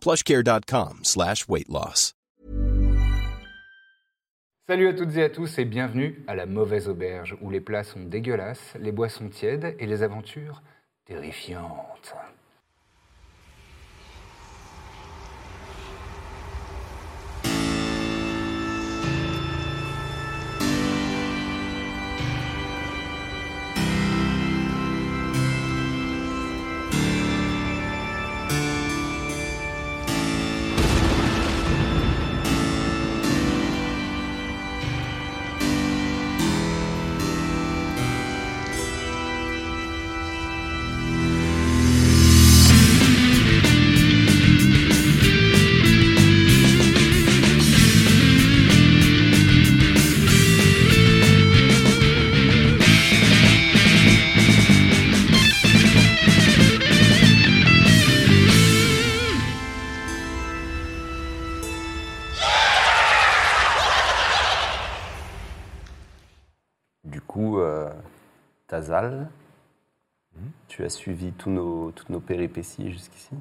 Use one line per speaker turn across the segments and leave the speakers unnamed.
plushcare.com slash weight loss.
Salut à toutes et à tous et bienvenue à la mauvaise auberge où les plats sont dégueulasses, les boissons tièdes et les aventures terrifiantes.
Du coup, euh, Tazal, tu as suivi tous nos, toutes nos péripéties jusqu'ici.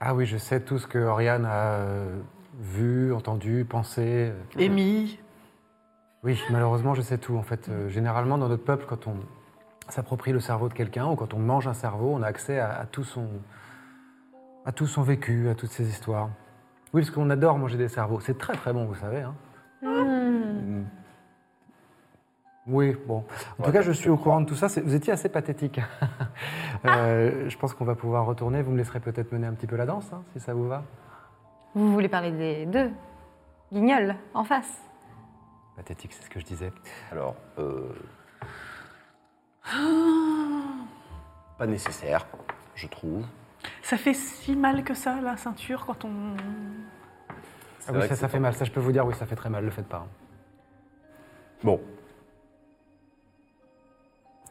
Ah oui, je sais tout ce que Oriane a euh, vu, entendu, pensé. euh.
Émis.
Oui, malheureusement, je sais tout. En fait, Euh, généralement, dans notre peuple, quand on s'approprie le cerveau de quelqu'un ou quand on mange un cerveau, on a accès à, à tout son, à tout son vécu, à toutes ses histoires. Oui, parce qu'on adore manger des cerveaux. C'est très très bon, vous savez. hein. Hmm. Oui, bon. En tout cas, je suis au courant de tout ça. C'est- Vous étiez assez pathétique. Euh, Je pense qu'on va pouvoir retourner. Vous me laisserez peut-être mener un petit peu la danse, hein, si ça vous va.
Vous voulez parler des deux Guignol, en face.
Pathétique, c'est ce que je disais.
Alors, euh, pas nécessaire, je trouve.
Ça fait si mal que ça, la ceinture, quand on.
Ah
vrai
oui,
que
ça, ça
c'est
fait mal. Ça, je peux vous dire, oui, ça fait très mal. Le faites pas. hein.
Bon.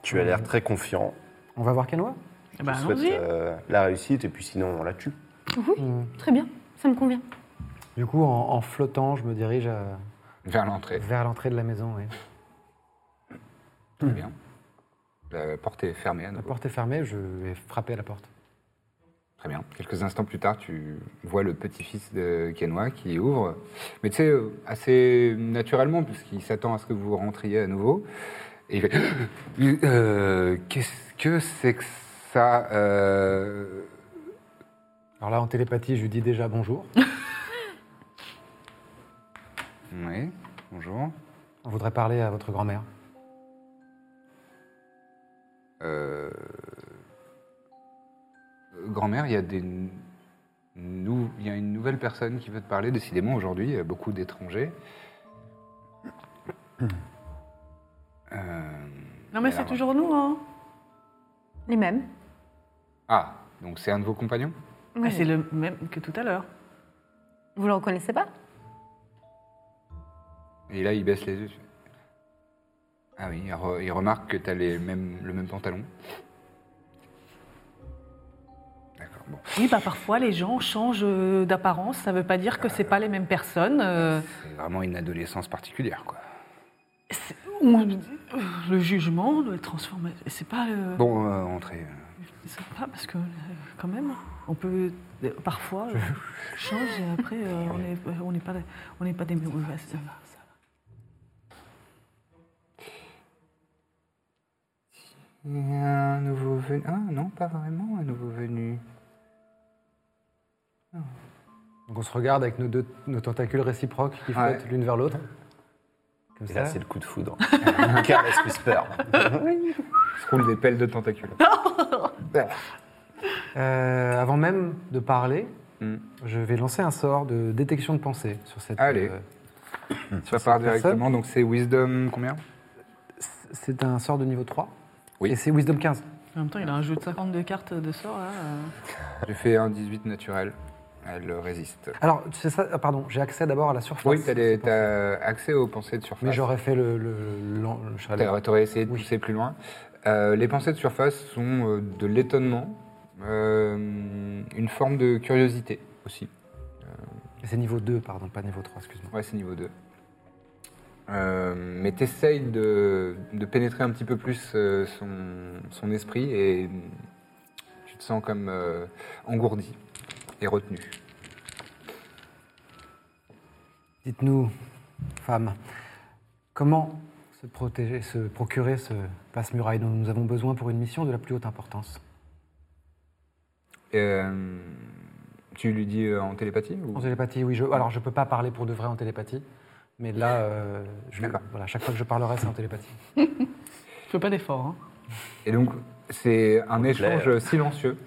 Tu as l'air très confiant.
On va voir Canoa
Eh
Je
Bah,
ben,
te souhaite
allons-y.
euh, la réussite et puis sinon on la tue.
Très bien, ça me convient.
Du coup, en, en flottant, je me dirige à-
Vers l'entrée,
vers l'entrée de la maison. oui. Hmm.
très bien. La porte est fermée à
La
nouveau.
porte est fermée, je vais frapper à la porte.
Très bien. Quelques instants plus tard, tu vois le petit-fils de Kenoa qui ouvre, mais tu sais, euh, assez naturellement, puisqu'il s'attend à ce que vous rentriez à nouveau. Et il fait Euh, Qu'est-ce que c'est que ça euh,
Alors là, en télépathie, je lui dis déjà bonjour.
Oui, bonjour.
On voudrait parler à votre grand-mère.
Euh, Grand-mère, il y a des n- nou- il y a une nouvelle personne qui veut te parler. Décidément, aujourd'hui, il y a beaucoup d'étrangers. Euh,
Non, mais
alors-
c'est toujours nous, hein.
Les mêmes.
Ah, donc c'est un de vos compagnons
Oui.
Ah, c'est le même que tout à l'heure.
Vous le reconnaissez pas
Et là, il baisse les yeux. Ah oui, il, re- il remarque que tu as les mêmes, le même pantalon. D'accord, bon.
Oui, bah parfois les gens changent euh, d'apparence, ça veut pas dire que c'est pas les mêmes personnes. euh,
C'est vraiment une adolescence particulière, quoi.
c'est- on- euh, le jugement, le transformer, c'est pas. euh,
Bon, euh, entrez.
c'est pas parce que euh, quand même, on peut euh, parfois euh, changer. Et après, euh, on n'est on n'est pas, on n'est pas des. ouais, ça va, ça va.
Il y a un nouveau venu. Ah non, pas vraiment un nouveau venu.
Donc on se regarde avec nos deux nos tentacules réciproques qui
Ouais.
flottent l'une vers l'autre. Comme
Et
ça.
là, c'est le coup de foudre. Carles Whisper.
Il se roule des pelles de tentacules.
Euh, avant même de parler,
Mm.
je vais lancer un sort de détection de pensée sur cette.
Allez.
euh,
Tu vas part
cette personne.
directement, donc c'est Wisdom combien
c'est un sort de niveau 3.
Oui.
Et c'est Wisdom 15.
En même temps, il a un jeu de 52 cartes de sort là. euh.
J'ai fait un 18 naturel. Elle résiste.
Alors, c'est ça, ah, pardon, j'ai accès d'abord à la surface.
Oui, t'as, des- t'as accès aux pensées de surface.
Mais j'aurais fait le. le, l'en- le chalet.
T'aurais t'aurais essayé de
Ah, Oui.
pousser plus loin. Euh, les pensées de surface sont euh, de l'étonnement, euh, une forme de curiosité aussi.
C'est niveau 2, pardon, pas niveau 3, excuse-moi.
Ouais, c'est niveau 2. Euh, mais t'essayes de, de pénétrer un petit peu plus euh, son, son esprit et tu te sens comme euh, engourdi et retenu.
Dites-nous, femme, comment se protéger, se procurer ce passe-muraille dont nous avons besoin pour une mission de la plus haute importance
Euh, tu lui dis euh, en télépathie ou-
En télépathie, oui. Je, alors, je peux pas parler pour de vrai en télépathie, mais là, euh, je,
D'accord.
voilà, chaque fois que je parlerai, c'est en télépathie.
Je fais pas d'effort. Hein.
Et donc, c'est un
plaît.
échange silencieux,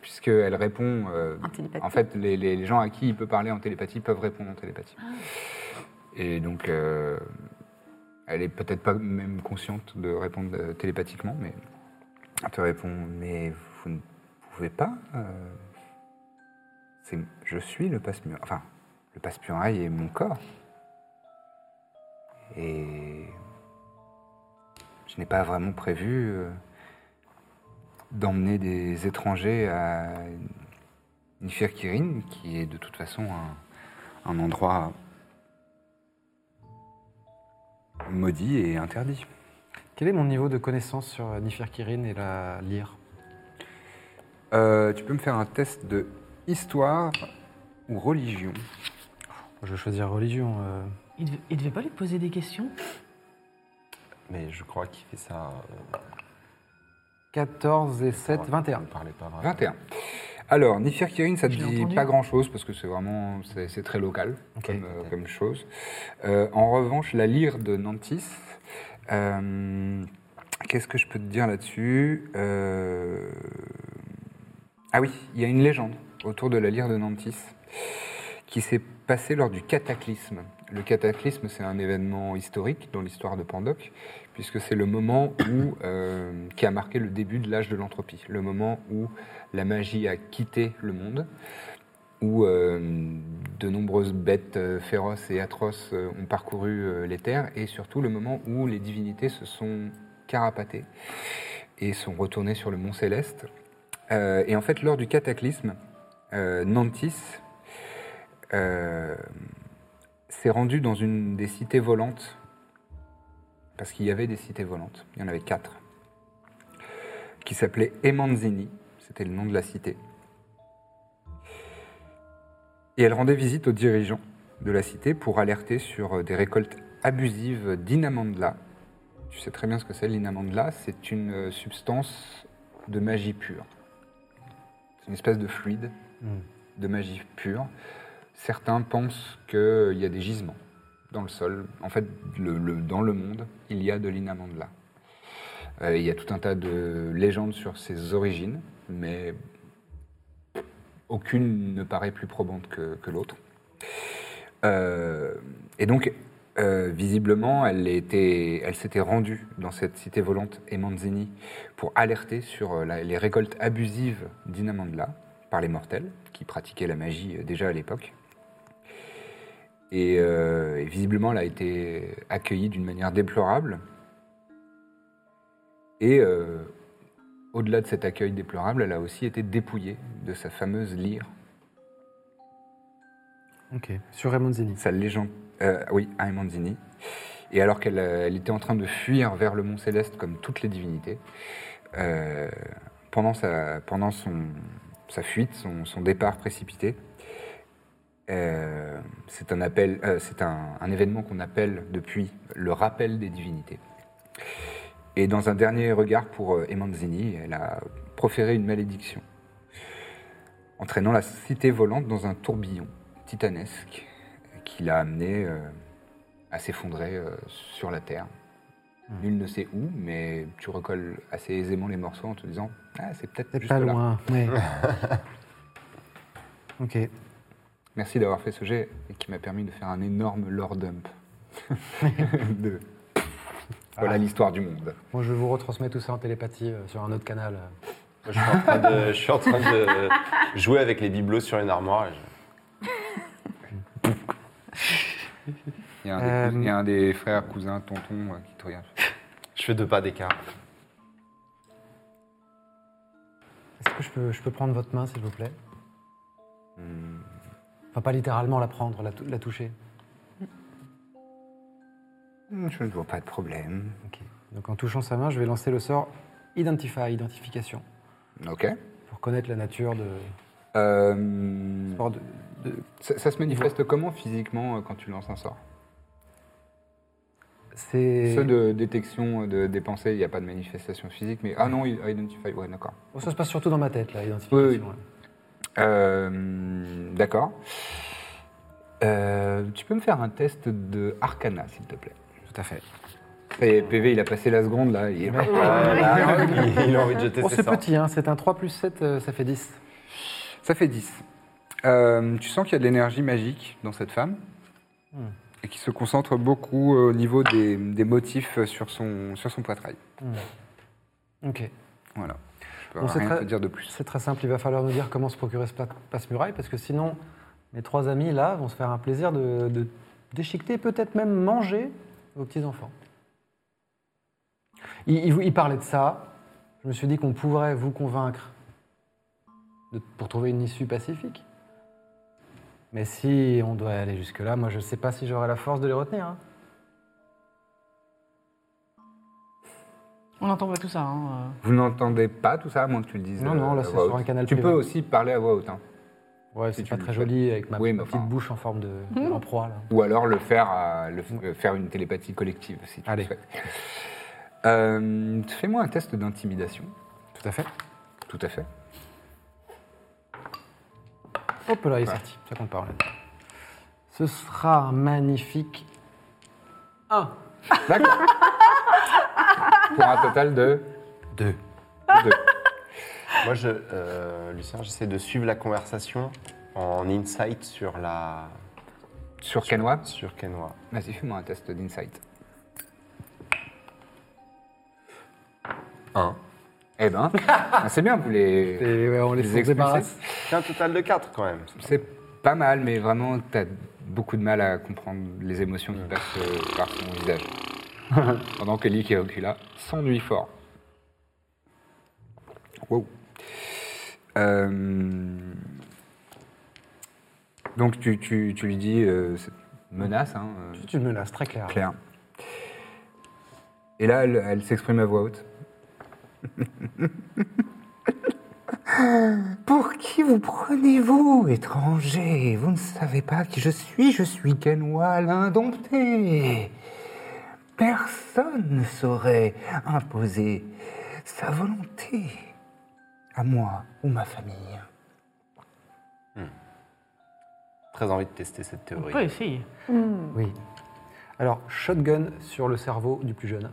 puisqu'elle répond. euh,
En télépathie.
en fait, les, les- les gens à qui il peut parler en télépathie peuvent répondre en télépathie. Et donc, euh, elle est peut-être pas même consciente de répondre euh, télépathiquement, mais elle te répond Mais vous ne pouvez pas euh, c'est- Je suis le passe Enfin, le passe-muraille est mon corps. Et je n'ai pas vraiment prévu euh, d'emmener des étrangers à Nifirkirin, qui est de toute façon un, un endroit maudit et interdit.
Quel est mon niveau de connaissance sur Nifirkirin et la lyre
Euh, tu peux me faire un test de histoire ou religion
Je vais choisir religion. euh.
Il, devait- il devait pas lui poser des questions
Mais je crois qu'il fait ça. euh,
14 et 7,
ouais, on
21.
ne parlait pas vraiment.
21. Alors, Nifirkirin, ça ne
Je
dit
l'ai entendu.
pas grand-chose parce que c'est vraiment c'est c'est très local
Ok.
comme, euh, comme chose. Euh, en revanche, la lyre de Nantis, euh, qu'est-ce que je peux te dire là-dessus Euh, Ah oui, il y a une légende autour de la lyre de Nantis qui s'est passée lors du cataclysme. Le cataclysme, c'est un événement historique dans l'histoire de Pandoc, puisque c'est le moment où, euh, qui a marqué le début de l'âge de l'entropie, le moment où la magie a quitté le monde, où euh, de nombreuses bêtes euh, féroces et atroces euh, ont parcouru euh, les terres, et surtout le moment où les divinités se sont carapatées et sont retournées sur le Mont Céleste. Euh, et en fait, lors du cataclysme, euh, Nantis euh, s'est rendu dans une des cités volantes, parce qu'il y avait des cités volantes, il y en avait quatre, qui s'appelait Emanzini, c'était le nom de la cité. Et elle rendait visite aux dirigeants de la cité pour alerter sur euh, des récoltes abusives d'inamandla. Tu sais très bien ce que c'est l'inamandla, c'est une euh, substance de magie pure. C'est une espèce de fluide
Hmm.
de magie pure. Certains pensent qu'il y a des gisements dans le sol. En fait, le- le- dans le monde, il y a de l'inamandla. Euh, il y a tout un tas de légendes sur ses origines, mais aucune ne paraît plus probante que, que l'autre. Euh, et donc, euh, visiblement, elle, était- elle s'était rendue dans cette cité volante Emanzini pour alerter sur euh, la- les récoltes abusives d'Inamandla par les mortels qui pratiquaient la magie euh, déjà à l'époque. Et, euh, et visiblement, elle a été accueillie d'une manière déplorable. Et euh, au-delà de cet accueil déplorable, elle a aussi été dépouillée de sa fameuse lyre
Ok. Sur Raymond Zini.
sa légende, euh, oui, à Emanzini. Et alors qu'elle euh, elle était en train de fuir vers le Mont Céleste comme toutes les divinités, euh, pendant, sa, pendant son, sa fuite, son, son départ précipité, euh, c'est un, appel, euh, c'est un, un événement qu'on appelle depuis le rappel des divinités. Et dans un dernier regard pour euh, Emanzini, elle a proféré une malédiction, entraînant la cité volante dans un tourbillon titanesque qui l'a amené euh, à s'effondrer euh, sur la terre.
Hmm.
Nul ne sait où, mais tu recolles assez aisément les morceaux en te disant Ah, c'est peut-être
C'est
juste
pas
là.
loin. ouais. ok.
Merci d'avoir fait ce jet et qui m'a permis de faire un énorme lore dump. De- Voilà l'histoire du monde.
Moi, je vais vous retransmets tout ça en télépathie euh, sur un autre canal. euh.
Je suis en train de, je suis en train de jouer avec les bibelots sur une armoire. et je-
Il y, a un des
Euh,
cous- il y a un des frères, cousins, tontons euh, qui te regarde.
Je fais deux pas d'écart.
Est-ce que je peux, je peux prendre votre main, s'il vous plaît Enfin, pas littéralement la prendre, la, tou- la toucher.
Hmm, Je ne vois pas de problème.
Donc en touchant sa main, je vais lancer le sort Identify, identification,
Ok.
pour connaître la nature de.
Euh,
hors de- de-
ça, ça se manifeste comment physiquement euh, quand tu lances un sort
C'est.
Ceux de détection euh, de, des pensées, il n'y a pas de manifestation physique, mais. Ah non, il- Identify, ouais, d'accord.
Bon, ça se passe surtout dans ma tête, là,
Oui, oui.
identification. ouais.
Euh, d'accord. Euh, tu peux me faire un test de Arcana, s'il te plaît. Tout à fait. Et PV, il a passé la seconde, Ah, là. Il...
il a envie de jeter
Bon,
ses
euh, c'est
sorts.
petit, hein, c'est un 3 plus 7, euh, ça fait 10.
Ça fait 10. Euh, tu sens qu'il y a de l'énergie magique dans cette femme
Hmm.
et qui se concentre beaucoup euh, au niveau des, des motifs sur son, sur son poitrail.
Ok.
Voilà. Je peux
Bon, c'est
rien
très-
te dire de plus.
C'est très simple, il va falloir nous dire comment se procurer ce pa- passe-muraille, parce que sinon, mes trois amis, là, vont se faire un plaisir de, de déchiqueter, peut-être même manger vos petits-enfants. Il, il- il parlait de ça. Je me suis dit qu'on pourrait vous convaincre de- pour trouver une issue pacifique. Mais si on doit aller jusque-là, moi, je ne sais pas si j'aurai la force de les retenir. hein.
On n'entend pas tout ça. hein,
Vous n'entendez pas tout ça, à moins que tu le dises.
Non, non, là,
à
c'est
voix
sur
haute.
un canal
Tu
privé.
peux aussi parler à voix haute. hein.
Ouais,
Si
c'est
tu
pas
le
très
fais.
joli avec ma
Oui, mais
petite
enfin-
bouche en forme de en proie. Là.
Ou alors le faire, à- le, euh, faire une télépathie collective, si tu
Allez.
le souhaites. Euh, Fais-moi un test d'intimidation.
Tout à fait.
Tout à fait.
Hop là, il est sorti. Ça compte pas. on l'a dit. Ce sera un magnifique 1.
D'accord. Pour un total de
Deux.
deux.
Moi, je, euh, Lucien, j'essaie de suivre la conversation en insight sur la
Sur Canoa,
sur Kenwa.
vas-y, fais-moi un test d'insight.
1.
Eh ben, c'est bien, vous les.
Et ouais, on les
Les
se
expulser.
débarrasse.
C'est un total de 4 quand même.
C'est pas mal, mais vraiment, t'as beaucoup de mal à comprendre les émotions qui passent euh, par son visage. Pendant que Lick et Ocula s'ennuient fort. Wow. Euh, Donc, tu, tu- tu lui dis euh, cette menace, hein, euh,
C'est une menace très claire.
Claire. Et là, elle, elle s'exprime à voix haute. Pour qui vous prenez-vous, étranger Vous ne savez pas qui je suis, je suis Kenwa l'indompté. Personne ne saurait imposer sa volonté à moi ou ma famille.
Très envie de tester cette
On
théorie.
peut essayer.
Oui. Alors, shotgun sur le cerveau du plus jeune.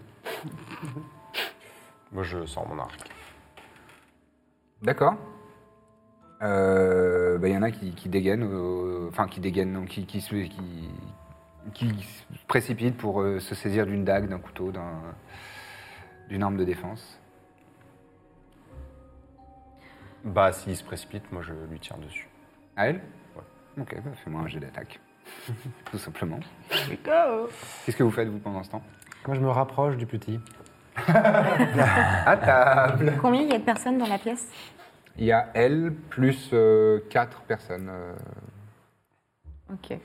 Moi, je sors mon arc.
D'accord. Il y en a qui, qui dégainent, euh, enfin qui dégainent, non, qui, qui, se- qui, qui se précipitent pour euh, se saisir d'une dague, d'un couteau, d'un- d'une arme de défense.
Bah, s'il se précipite, moi, je lui tire dessus.
À elle
Ouais.
Ok, bah, fais-moi un jet d'attaque. Tout simplement. Qu'est-ce que vous faites, vous, pendant ce temps
Moi, je me rapproche du petit.
À table
Combien il y a de personnes dans la pièce
Il y a elle plus 4 personnes. euh,
Ok.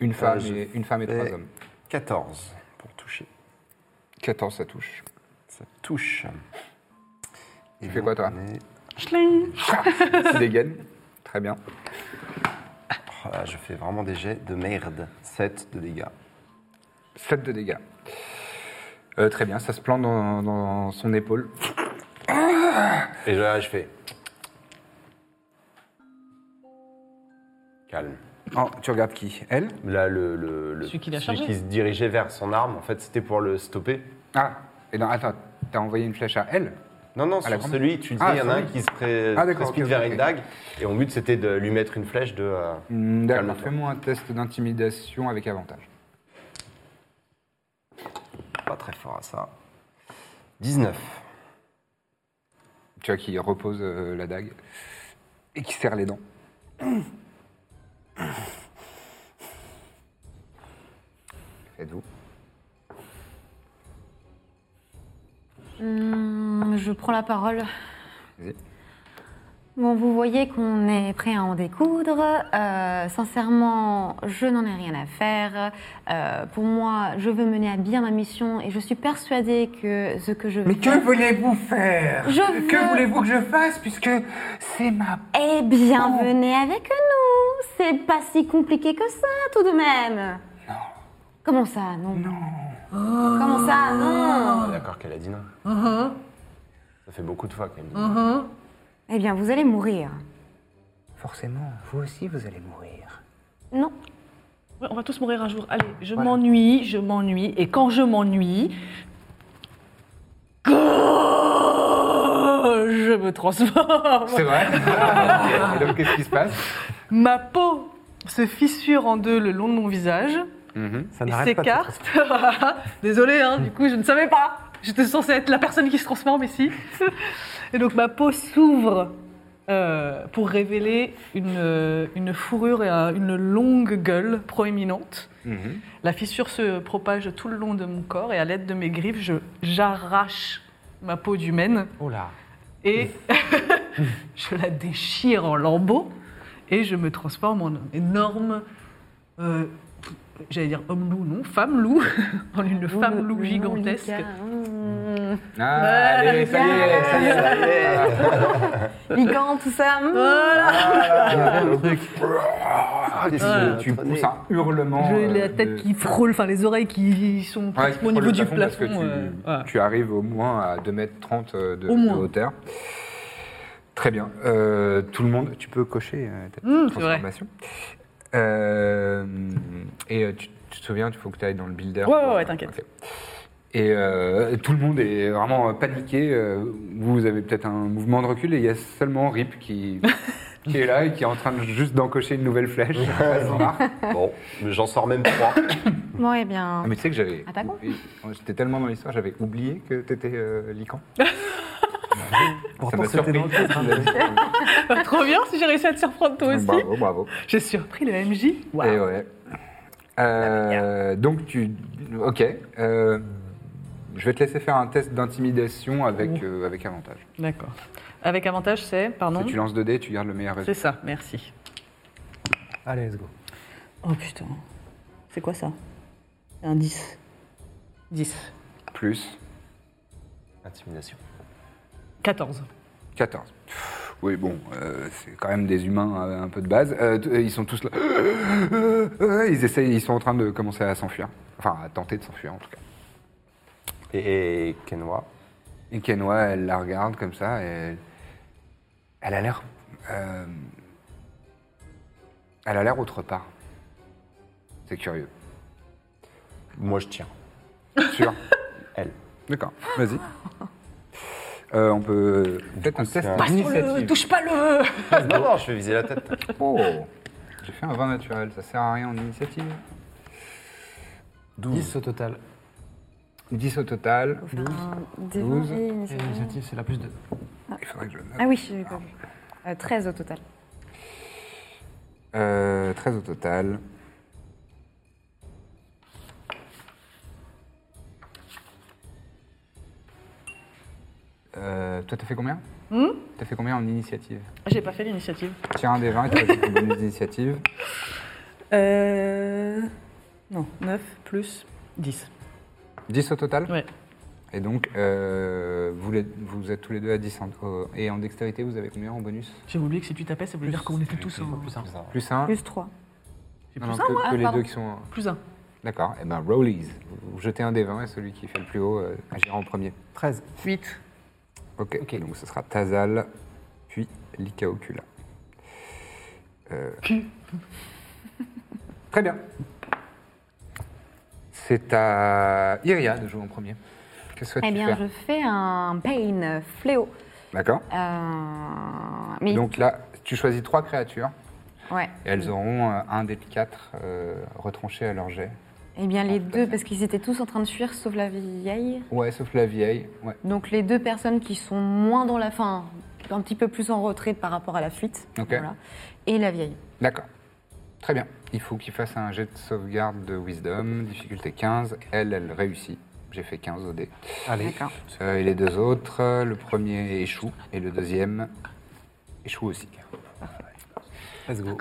une, femme
Euh, je
et, une femme et trois
fais-
hommes.
14 pour toucher.
14, ça touche.
Ça touche.
Tu fais quoi, toi
on est-
Schling
Tu dégaines Très bien.
Oh là, je fais vraiment des jets de merde. 7 de dégâts.
7 de dégâts. Euh, très bien, ça se plante dans, dans son épaule.
Et là, je fais. Calme.
Oh, tu regardes qui Elle
Là, le, le- le-
Celui qui l'a chargé.
se dirigeait vers son arme, en fait, c'était pour le stopper.
Ah, et non, attends, t'as envoyé une flèche à elle
Non, non,
Ah, la
sur
grande-
celui, tu dis, il
Ah,
y en a un
celui.
qui se pré-
Ah, d'accord,
précipite
ok,
vers
ok,
une
ok.
dague, et mon but, c'était de lui mettre une flèche de... euh,
Hmm, D'accord,
Calme-toi.
fais-moi un test d'intimidation avec avantage.
Pas très fort à ça. 19.
Tu vois qui repose euh, la dague et qui serre les dents. faites-vous
Hum, je prends la parole.
Vas-y.
Bon, vous voyez qu'on est prêt à en découdre. Euh, sincèrement, je n'en ai rien à faire. Euh, pour moi, je veux mener à bien ma mission et je suis persuadée que ce que je veux...
Mais que voulez-vous faire
Je
Que
veux-
voulez-vous que je fasse puisque c'est ma...
Eh bien,
Oh.
venez avec nous. C'est pas si compliqué que ça, tout de même. Comment ça, non Non. Comment ça, non
On est d'accord qu'elle a dit non.
Mm-hmm.
Ça fait beaucoup de fois qu'elle dit
Eh bien, vous allez mourir.
Forcément, vous aussi, vous allez mourir.
Non.
Ouais, on va tous mourir un jour. Allez, je m'ennuie, je m'ennuie. Et quand je m'ennuie, je me transforme.
C'est vrai Et donc, qu'est-ce qui se passe
Ma peau se fissure en deux le long de mon visage.
Ça
Il
n'arrête pas.
s'écarte. Désolée, hein, du coup, je ne savais pas. J'étais censée être la personne qui se transforme ici. Et donc, ma peau s'ouvre euh, pour révéler une, euh, une fourrure et un- une longue gueule proéminente. La fissure se propage tout le long de mon corps et à l'aide de mes griffes, je- j'arrache ma peau d'humaine
Oh là.
et je la déchire en lambeaux et je me transforme en un énorme, euh, j'allais dire homme loup, non, femme loup, en une femme loup gigantesque.
Hum,
Ah,
Voilà.
allez, ça y est, ça y est, ça y est.
Ligand, tout ça. hum.
Voilà,
non.
Tu pousses un hurlement.
j'ai
euh,
la tête
de-
qui frôle, enfin les oreilles qui sont
Ouais,
pratiquement au
frôle
niveau
le
du
parce que
plafond.
tu,
euh, voilà.
tu arrives au moins à 2m30 de, euh, de
Au moins.
hauteur. Très bien. Euh, tout le monde, tu peux cocher euh, ta
Mmh, c'est vrai.
transformation. Euh, et euh, tu, tu te souviens, il faut que tu ailles dans le builder.
Ouais, ouais, ouais, t'inquiète.
Ok. Et euh, tout le monde est vraiment euh, paniqué. euh, Vous avez peut-être un mouvement de recul et il y a seulement Rip qui, qui est là et qui est en train de, juste d'encocher une nouvelle flèche. à son arc.
Bon, mais j'en sors même trois.
Bon, eh bien.
Ah, mais tu sais que j'avais.
Ah, pas con.
oublié- J'étais tellement dans l'histoire, j'avais oublié que t'étais euh, Lycan. Ça
Pourtant,
m'a
c'était
surpris.
dans le titre, hein.
Bah, trop bien si j'ai réussi à te surprendre toi aussi.
Bravo, bravo.
J'ai surpris le MJ. Waouh.
Et Eh ouais. Euh, donc tu. Ok. euh, je vais te laisser faire un test d'intimidation avec, euh, avec avantage.
D'accord. Avec avantage, c'est, pardon,
Si tu lances 2 dés, tu gardes le meilleur
c'est
résultat.
ça. Merci.
Allez, let's go.
Oh putain, c'est quoi ça Un 10. 10.
Plus
Intimidation.
14.
14. Oui, bon, euh, c'est quand même des humains euh, un peu de base. Euh, t- euh, ils sont tous là. Euh, Ils, essayent, ils sont en train de commencer à s'enfuir. Enfin, à tenter de s'enfuir en tout cas.
Et Kenwa.
Et Kenwa, elle la regarde comme ça et elle, elle a l'air. euh, elle a l'air autre part. C'est curieux.
Moi, je tire.
Sûr
Elle.
D'accord, vas-y. Euh, on peut. Peut-être un test
c'est un-
d'initiative.
Oh, touche Ah, pas le.
non, non, je vais viser la tête.
Oh J'ai fait un vin naturel, ça sert à rien en initiative.
10 au total.
10 au total.
Des
Douze. Euh,
vingt et une,
Et
c'est pas mal.
l'initiative, c'est la plus 2.
Il faudrait que je le note.
Ah oui, j'ai pas vu. Euh, 13 au total.
Euh, 13 au total. Euh, toi, t'as fait combien T'as fait combien en initiative
J'ai pas fait l'initiative.
Tire un des 20 et t'as fait ton bonus d'initiative.
Euh. Non, 9 plus 10.
10 au total
Ouais.
Et donc, euh, vous, les- vous êtes tous les deux à 10. en- euh, et en dextérité, vous avez combien en bonus
J'ai oublié que si tu tapais, ça voulait dire qu'on était tous euh, en.
Plus 1
Plus 3.
Non, non, que, que les deux qui sont. en-
Plus 1.
D'accord. Et ben, rollies. Vous vous jetez un des 20 et celui qui fait le plus haut euh, agira en premier.
13.
8.
Ok, donc ce sera Tazal, puis Lycaocula. Euh, Très bien. C'est à Iria de jouer en premier. Que souhaites-tu
Eh bien,
faire
je fais un pain euh, fléau.
D'accord.
Euh, mais
Donc là, tu choisis trois créatures
ouais.
et elles auront euh, un des quatre euh, retranché à leur jet.
Eh bien, les
tout à
deux,
fait.
parce qu'ils étaient tous en train de fuir, sauf la vieille.
Ouais, sauf la vieille. Ouais,
Donc, les deux personnes qui sont moins dans la fin, un petit peu plus en retrait par rapport à la fuite.
Ok.
Et la vieille.
d'accord. Très bien. Il faut qu'il fasse un jet de sauvegarde de Wisdom, difficulté 15. Elle, elle réussit. J'ai fait 15 au dé.
Allez.
D'accord.
Euh, et les deux autres, euh, le premier échoue et le deuxième échoue aussi.
Let's go.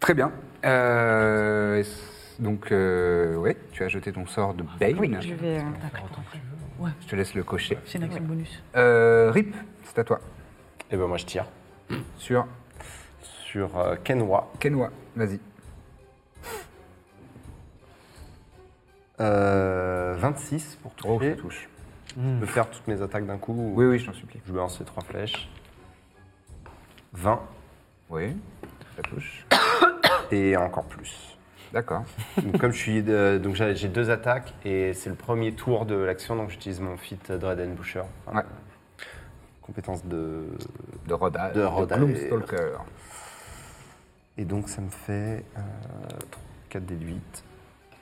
Très bien. Euh, est-ce- donc, euh, ouais, tu as jeté ton sort de Bane.
Oui, je vais. euh,
Je te laisse le cocher.
C'est une action bonus.
Euh, Rip, c'est à toi.
Et ben moi je tire.
Sur
Sur euh, Kenwa.
Kenwa, vas-y.
Euh, 26 pour
Oh, ça
toucher.
touche.
Je peux faire toutes mes attaques d'un coup ou-
Oui, oui, je t'en supplie.
Je balance les trois flèches. 20
Oui, ça touche.
et encore plus.
D'accord.
Donc, comme je suis de- donc j'ai j'ai deux attaques et c'est le premier tour de l'action donc j'utilise mon fit Dread and Busher. Enfin,
Ouais.
Compétence de
De Roda.
De Roda-
Gloomstalker.
et donc ça me fait euh, 4 déduites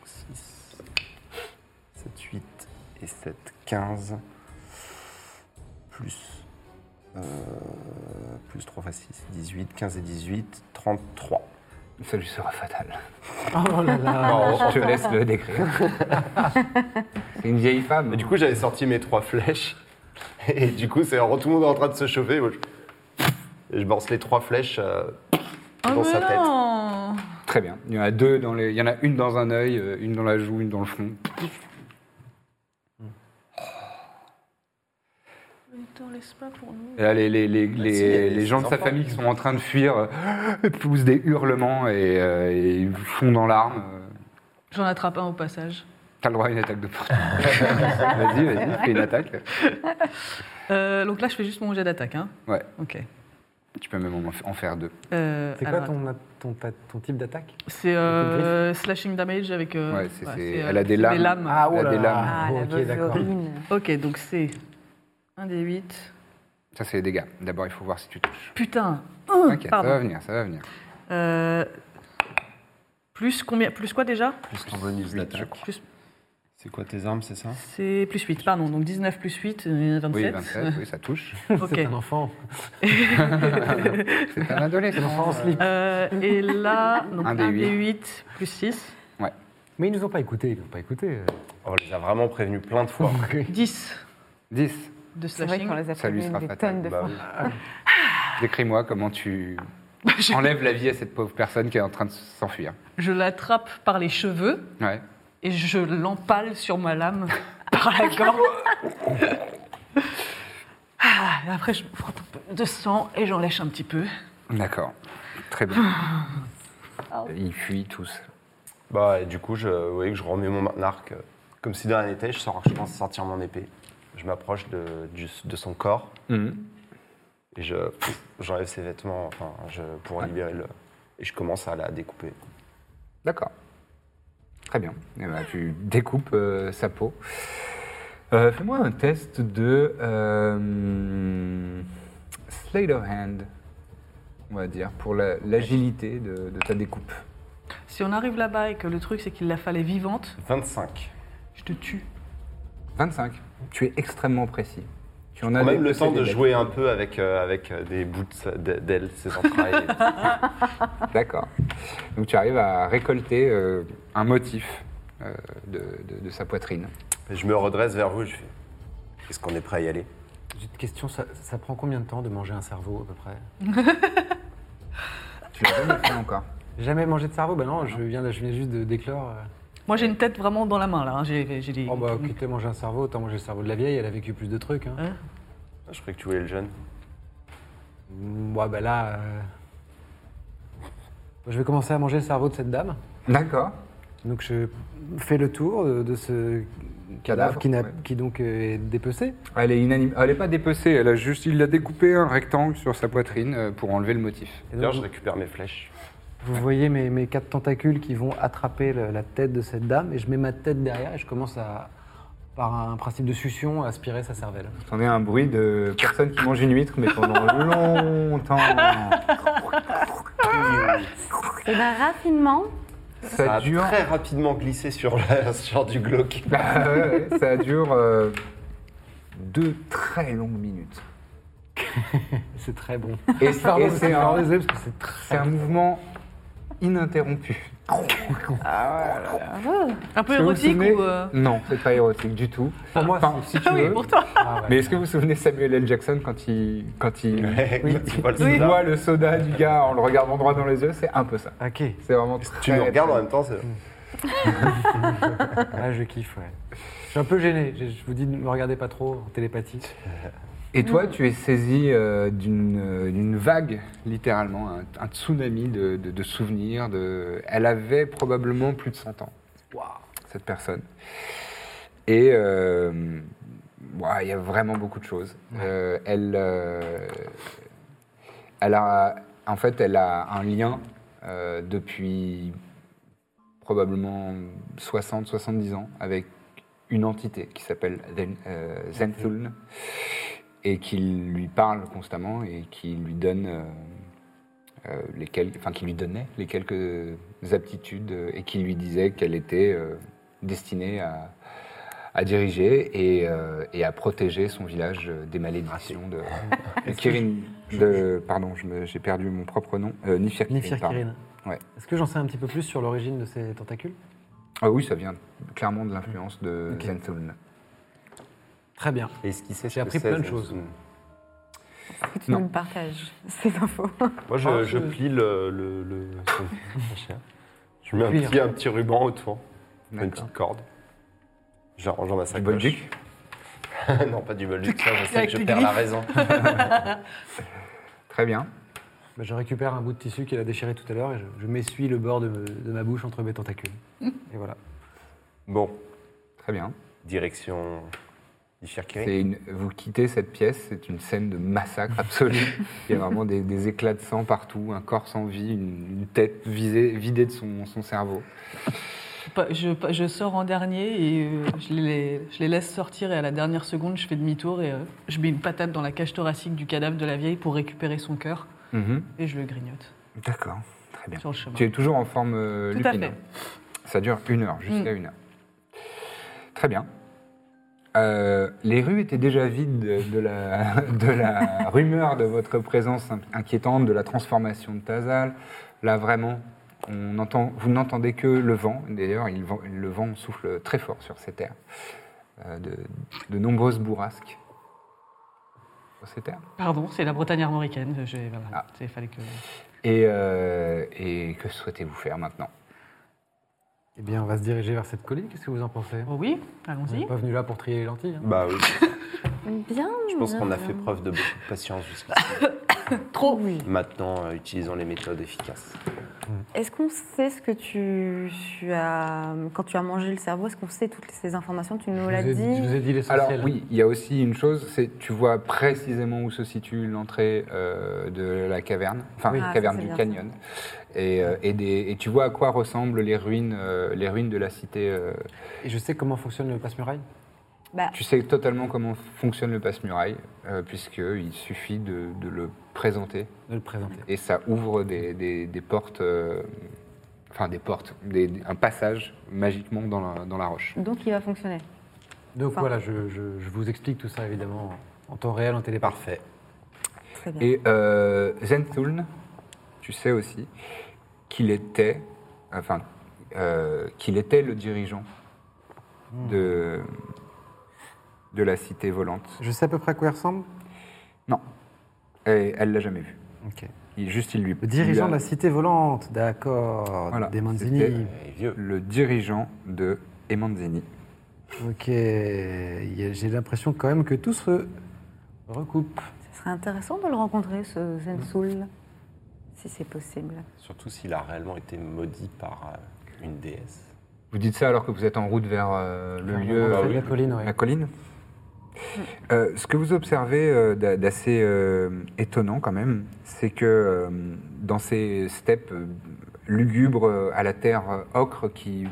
6 7 8 et 7 15 plus euh, plus 3 fois 6 18 15 et 18 33.
Ça lui sera fatal.
Oh là là.
je te laisse le décrire. C'est une vieille femme.
Et du coup, j'avais sorti mes trois flèches. Et du coup, c'est tout le monde est en train de se chauffer. Moi, je- Et je balance les trois flèches euh, dans sa tête.
Ah, non
Très bien. Il y en a deux dans les. Il y en a une dans un œil, euh, une dans la joue, une dans le front.
Mais t'en laisse pas pour nous.
Et là, les, les, les, les-
Bah, si, il y a
les
des-
gens de
des
sa
enfants.
famille qui sont en train de fuir euh, poussent des hurlements et, euh, et ils fondent dans l'arme. Euh,
J'en attrape un au passage.
T'as le droit à une attaque de Vas-y, vas-y, fais une attaque.
Euh, donc là, je fais juste mon jet d'attaque. Hein.
Ouais.
Ok.
Tu peux même en f- en faire deux.
Euh,
Ah,
C'est quoi
alors,
ton, ton, ta- ton type d'attaque
C'est euh, slashing damage avec. euh,
Ouais, c'est- c'est-
euh,
elle a des
c'est
lames.
Ah, oh
Elle a
là
des
là.
lames.
Ah,
bon,
la
ok, d'accord.
Wolverine.
Ok, donc c'est 1 des 8.
Ça, c'est les dégâts. D'abord, il faut voir si tu touches.
Putain
T'inquiète, ça
pardon.
va venir, ça va venir.
Euh, Plus combien Plus quoi déjà
Plus ton bonus d'attaque.
Plus-
C'est quoi tes armes, c'est ça
C'est plus 8, pardon. Donc 19 plus 8, euh, 27.
Oui, 27, oui, ça touche.
Ok.
C'est un enfant.
C'est un
Ah.
adolescent.
Enfant en slip.
Euh, et là, donc
Un
1
des
des
huit.
8 plus 6,
Mais ils nous ont pas écoutés. Ils nous ont pas écoutés. Euh,
On Oh, les a vraiment prévenus plein de fois.
10
10.
de
C'est vrai
slashing.
qu'on les a
Ça lui
prévenus
sera
des
fatal.
tonnes de
Bah
fois.
oui.
Décris-moi comment tu
Bah, Je-
enlèves la vie à cette pauvre personne qui est en train de s'enfuir.
Je l'attrape par les cheveux
Ouais.
et je l'empale sur ma lame par la gorge. Ah, et après, je me frotte un peu de sang et j'en lèche un petit peu.
D'accord. Très bien. Ils fuient tous.
Bah, et du coup, je, vous voyez que je remets mon arc. euh, Comme si de rien n'était, je, sors- je commence à sortir mon épée. Je m'approche de, du- de son corps et je j'enlève ses vêtements enfin, je, pour libérer le. Et je commence à la découper.
D'accord. Très bien. Eh ben, tu découpes euh, sa peau. Euh, Fais-moi un test de euh, Sleight of Hand, on va dire, pour la- l'agilité de, de ta découpe.
Si on arrive là-bas et que le truc, c'est qu'il la fallait vivante,
25.
je te tue.
25. Tu es extrêmement précis. Tu en as
même
des-
le temps
des
de
bêtes.
jouer un peu avec, euh, avec euh, des bouts de- d'ailes, ses entrailles.
D'accord. Donc tu arrives à récolter euh, un motif euh, de- de- de sa poitrine.
Et je me redresse vers vous, je fais Est-ce qu'on est prêt à y aller
J'ai une question. Ça, ça prend combien de temps de manger un cerveau à peu près
Tu l'as jamais fait encore.
Jamais mangé de cerveau Ben non, je viens, de- je viens juste de déclore. euh.
Moi, j'ai une tête vraiment dans la main, là. hein. J'ai j'ai des...
Ah
Oh bah, quitte à manger un cerveau, autant manger le cerveau de la vieille. Elle a vécu plus de trucs. Hein.
Hein
Je croyais que tu voulais le jeune.
Mm, Ouais, bah là. euh, Je vais commencer à manger le cerveau de cette dame.
D'accord.
Donc je fais le tour de, de ce cadavre qui, n'a-
ouais.
qui donc euh, est dépecé.
Elle est inanimée. Elle est pas dépecée. Elle a juste, il a découpé un rectangle sur sa poitrine euh, pour enlever le motif.
Et donc,
D'ailleurs, je récupère mes flèches.
vous voyez mes, mes quatre tentacules qui vont attraper le- la tête de cette dame et je mets ma tête derrière et je commence à, par un principe de succion, à aspirer sa cervelle.
J'entendais un bruit de personne qui mange une huître, mais pendant longtemps.
Et ben rapidement,
Ça
Ça
a
dure.
Ah, très rapidement glissé sur, la- sur du glauque.
Bah ouais, ouais, ça dure euh, deux très longues minutes.
C'est très bon.
Et, et
Pardon,
c'est
je suis
un,
désolé, parce que c'est très
c'est un mouvement ininterrompue.
Un peu
Est-ce que vous vous
érotique
souvenez
ou. euh,
Non, c'est pas érotique du tout.
Pour moi,
Enfin, si tu
Ah oui,
veux.
pour toi.
Ah ouais.
Mais est-ce que vous vous souvenez de Samuel L. Jackson quand il, quand il,
Oui, tu vois le
il
soda.
boit le soda du gars en le regardant droit dans les yeux C'est un peu ça.
Ok,
C'est vraiment
Tu
très-
me regardes en même temps, c'est-
là je kiffe, Ah, ouais. Je suis un peu gêné, je, je vous dis ne me regardez pas trop en télépathie.
Et toi, tu es saisi euh, d'une euh, d'une vague, littéralement, un, un tsunami de, de- de souvenirs. De... Elle avait probablement plus de 100 ans, cette personne. Et euh, ouah, il y a vraiment beaucoup de choses. Euh, elle, euh, elle a, en fait, elle a un lien euh, depuis probablement 60-70 ans avec une entité qui s'appelle Zen- euh, Zenthuln et qui lui parle constamment et qui lui donne euh, euh, les quel- enfin qui lui donnait les quelques aptitudes euh, et qui lui disait qu'elle était euh, destinée à, à diriger et, euh, et à protéger son village euh, des malédictions de, de Kirin. De, pardon, je me- j'ai perdu mon propre nom. Euh, Nifir Kirin.
Nifir
pardon.
Kirin.
Ouais.
Est-ce que j'en sais un petit peu plus sur l'origine de ces tentacules
Ah oui, ça vient clairement de l'influence de
Ok.
Zenthuln.
Très bien.
Et ce qui sait,
J'ai appris plein de choses.
Mm.
Que tout le monde partage ces infos.
Moi, je,
Ah,
je
je-
plie le. le, le- son- je mets un
Cuir.
petit, un petit ruban autour, une
D'accord.
petite corde. Je la range dans ma
Du
sacoche.
Bolduc
Non, pas du Bolduc, ça, je sais
Avec
que je
les
perds la
griffes.
raison.
Très bien.
Bah, je récupère un bout de tissu qu'il a déchiré tout à l'heure et je, je m'essuie le bord de, de ma bouche entre mes tentacules. Et voilà.
Bon,
Très bien.
direction. Ifirkiri.
C'est une- vous quittez cette pièce, c'est une scène de massacre absolu. Il y a vraiment des, des éclats de sang partout, un corps sans vie, une, une tête visée, vidée de son, son cerveau.
Pas- Je, pas- je sors en dernier et euh, je, les, je les laisse sortir et à la dernière seconde, je fais demi-tour et euh, je mets une patate dans la cage thoracique du cadavre de la vieille pour récupérer son cœur et je le grignote
D'accord, très bien.
sur le chemin.
Tu es toujours en forme euh,
Tout à
lupine,
fait. Mm.
hein. Ça dure une heure, jusqu'à une heure. Très bien. Euh, les rues étaient déjà vides de, de la, de la rumeur de votre présence in- inquiétante, de la transformation de Tazal. Là, vraiment, on entend, vous n'entendez que le vent. D'ailleurs, il vent- le vent souffle très fort sur ces terres. Euh, de, de nombreuses bourrasques. Sur ces terres.
Pardon, c'est la Bretagne armoricaine. j'ai- voilà,
Ah.
c'est- fallait que...
Et, euh, et que souhaitez-vous faire maintenant
Eh bien, on va se diriger vers cette colline, qu'est-ce que vous en pensez
Oh oui,
On n'est
allons-y.
pas venu là pour trier les lentilles. hein.
Bah oui,
Bien.
je pense qu'on a
bien.
fait preuve de beaucoup de patience jusqu'ici.
Trop.
Maintenant, euh, utilisons les méthodes efficaces.
Est-ce qu'on sait ce que tu, tu as. Quand tu as mangé le cerveau, est-ce qu'on sait toutes ces informations Tu
Je
nous
vous
l'as
ai- Je vous
dit.
ai dit l'essentiel.
Alors oui, il y a aussi une chose, c'est tu vois précisément où se situe l'entrée euh, de la caverne, enfin
Oui.
la
Ah,
caverne
ça, c'est
du
bien,
canyon, et, euh, et des- et tu vois à quoi ressemblent les ruines, euh, les ruines de la cité. euh.
Et je sais comment fonctionne le passe-muraille
Bah,
Tu sais totalement comment fonctionne le passe-muraille, euh, puisqu'il suffit de, de le présenter
de le présenter.
et ça ouvre des, des- des portes, euh, enfin des portes, des- des- un passage magiquement dans la, dans la roche.
donc il va fonctionner.
Donc
Enfin.
voilà, je, je- je vous explique tout ça évidemment en temps réel, en télépathie.
Parfait.
Très bien.
Et euh, Zenthuln, tu sais aussi qu'il était, enfin, euh, qu'il était le dirigeant
Hmm.
de, de la cité volante.
Je sais à peu près à quoi il ressemble
Non, et elle l'a jamais vu.
Ok.
Il, juste, il lui.
Le dirigeant de
il a-
la cité volante, d'accord.
Voilà,
Des
c'était-
Manzini.
Et vieux.
Le dirigeant de Emanzini.
Ok. Il y a- J'ai l'impression quand même que tout se recoupe.
Ce serait intéressant de le rencontrer, ce Zensoul, si c'est possible.
Surtout s'il a réellement été maudit par euh, une déesse.
Vous dites ça alors que vous êtes en route vers euh, le lieu,
Bah oui. la colline, ouais.
la colline. Euh, ce que vous observez euh, d'a- d'assez euh, étonnant quand même, c'est que euh, dans ces steppes euh, lugubres euh, à la terre euh, ocre qui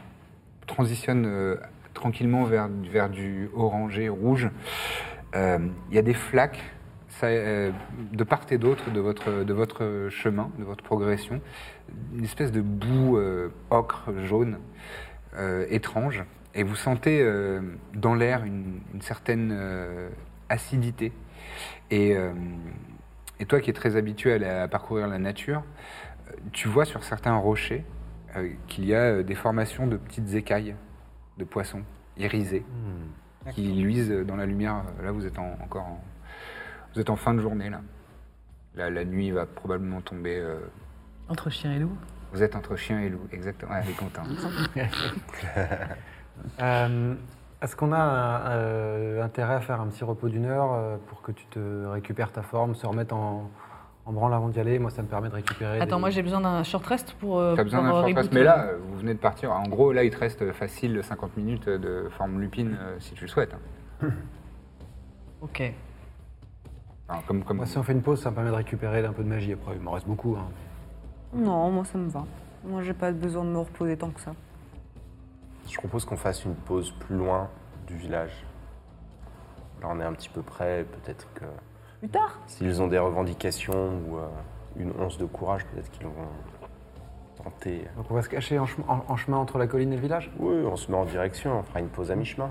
transitionne euh, tranquillement vers, vers du orangé rouge, euh, il y a des flaques ça, euh, de part et d'autre de votre, de votre chemin, de votre progression, une espèce de boue euh, ocre jaune euh, étrange et vous sentez euh, dans l'air une, une certaine euh, acidité. Et, euh, et toi qui es très habitué à, la- à parcourir la nature, tu vois sur certains rochers euh, qu'il y a euh, des formations de petites écailles de poissons irisées qui luisent dans la lumière. Là, vous êtes en- encore en, vous êtes en fin de journée là. Là, la nuit va probablement tomber. euh,
Entre chien et loup.
vous êtes entre chien et loup, exactement. Ah Ouais, elle est contente.
Euh, Est-ce qu'on a euh, intérêt à faire un petit repos d'une heure euh, pour que tu te récupères ta forme, se remettre en, en branle avant d'y aller Moi, ça me permet de récupérer.
Attends,
des-
moi j'ai besoin d'un short rest pour. euh,
T'as besoin d'un
pouvoir
short rest,
rebooter.
mais là, euh, vous venez de partir. En gros, là, il te reste euh, facile 50 minutes de forme lupine euh, si tu le souhaites. hein.
Ok.
Enfin, comme, comme...
Moi, si on fait une pause, ça me permet de récupérer un peu de magie. Après, il m'en reste beaucoup. hein.
Non, moi ça me va. Moi j'ai pas besoin de me reposer tant que ça.
Je propose qu'on fasse une pause plus loin du village. Là, on est un petit peu près, peut-être que
Plus tard
s'ils ont des revendications ou euh, une once de courage, peut-être qu'ils vont tenter.
Donc, on va se cacher en, chem- en- en chemin entre la colline et le village
Oui, on se met en direction, on fera une pause à mi-chemin.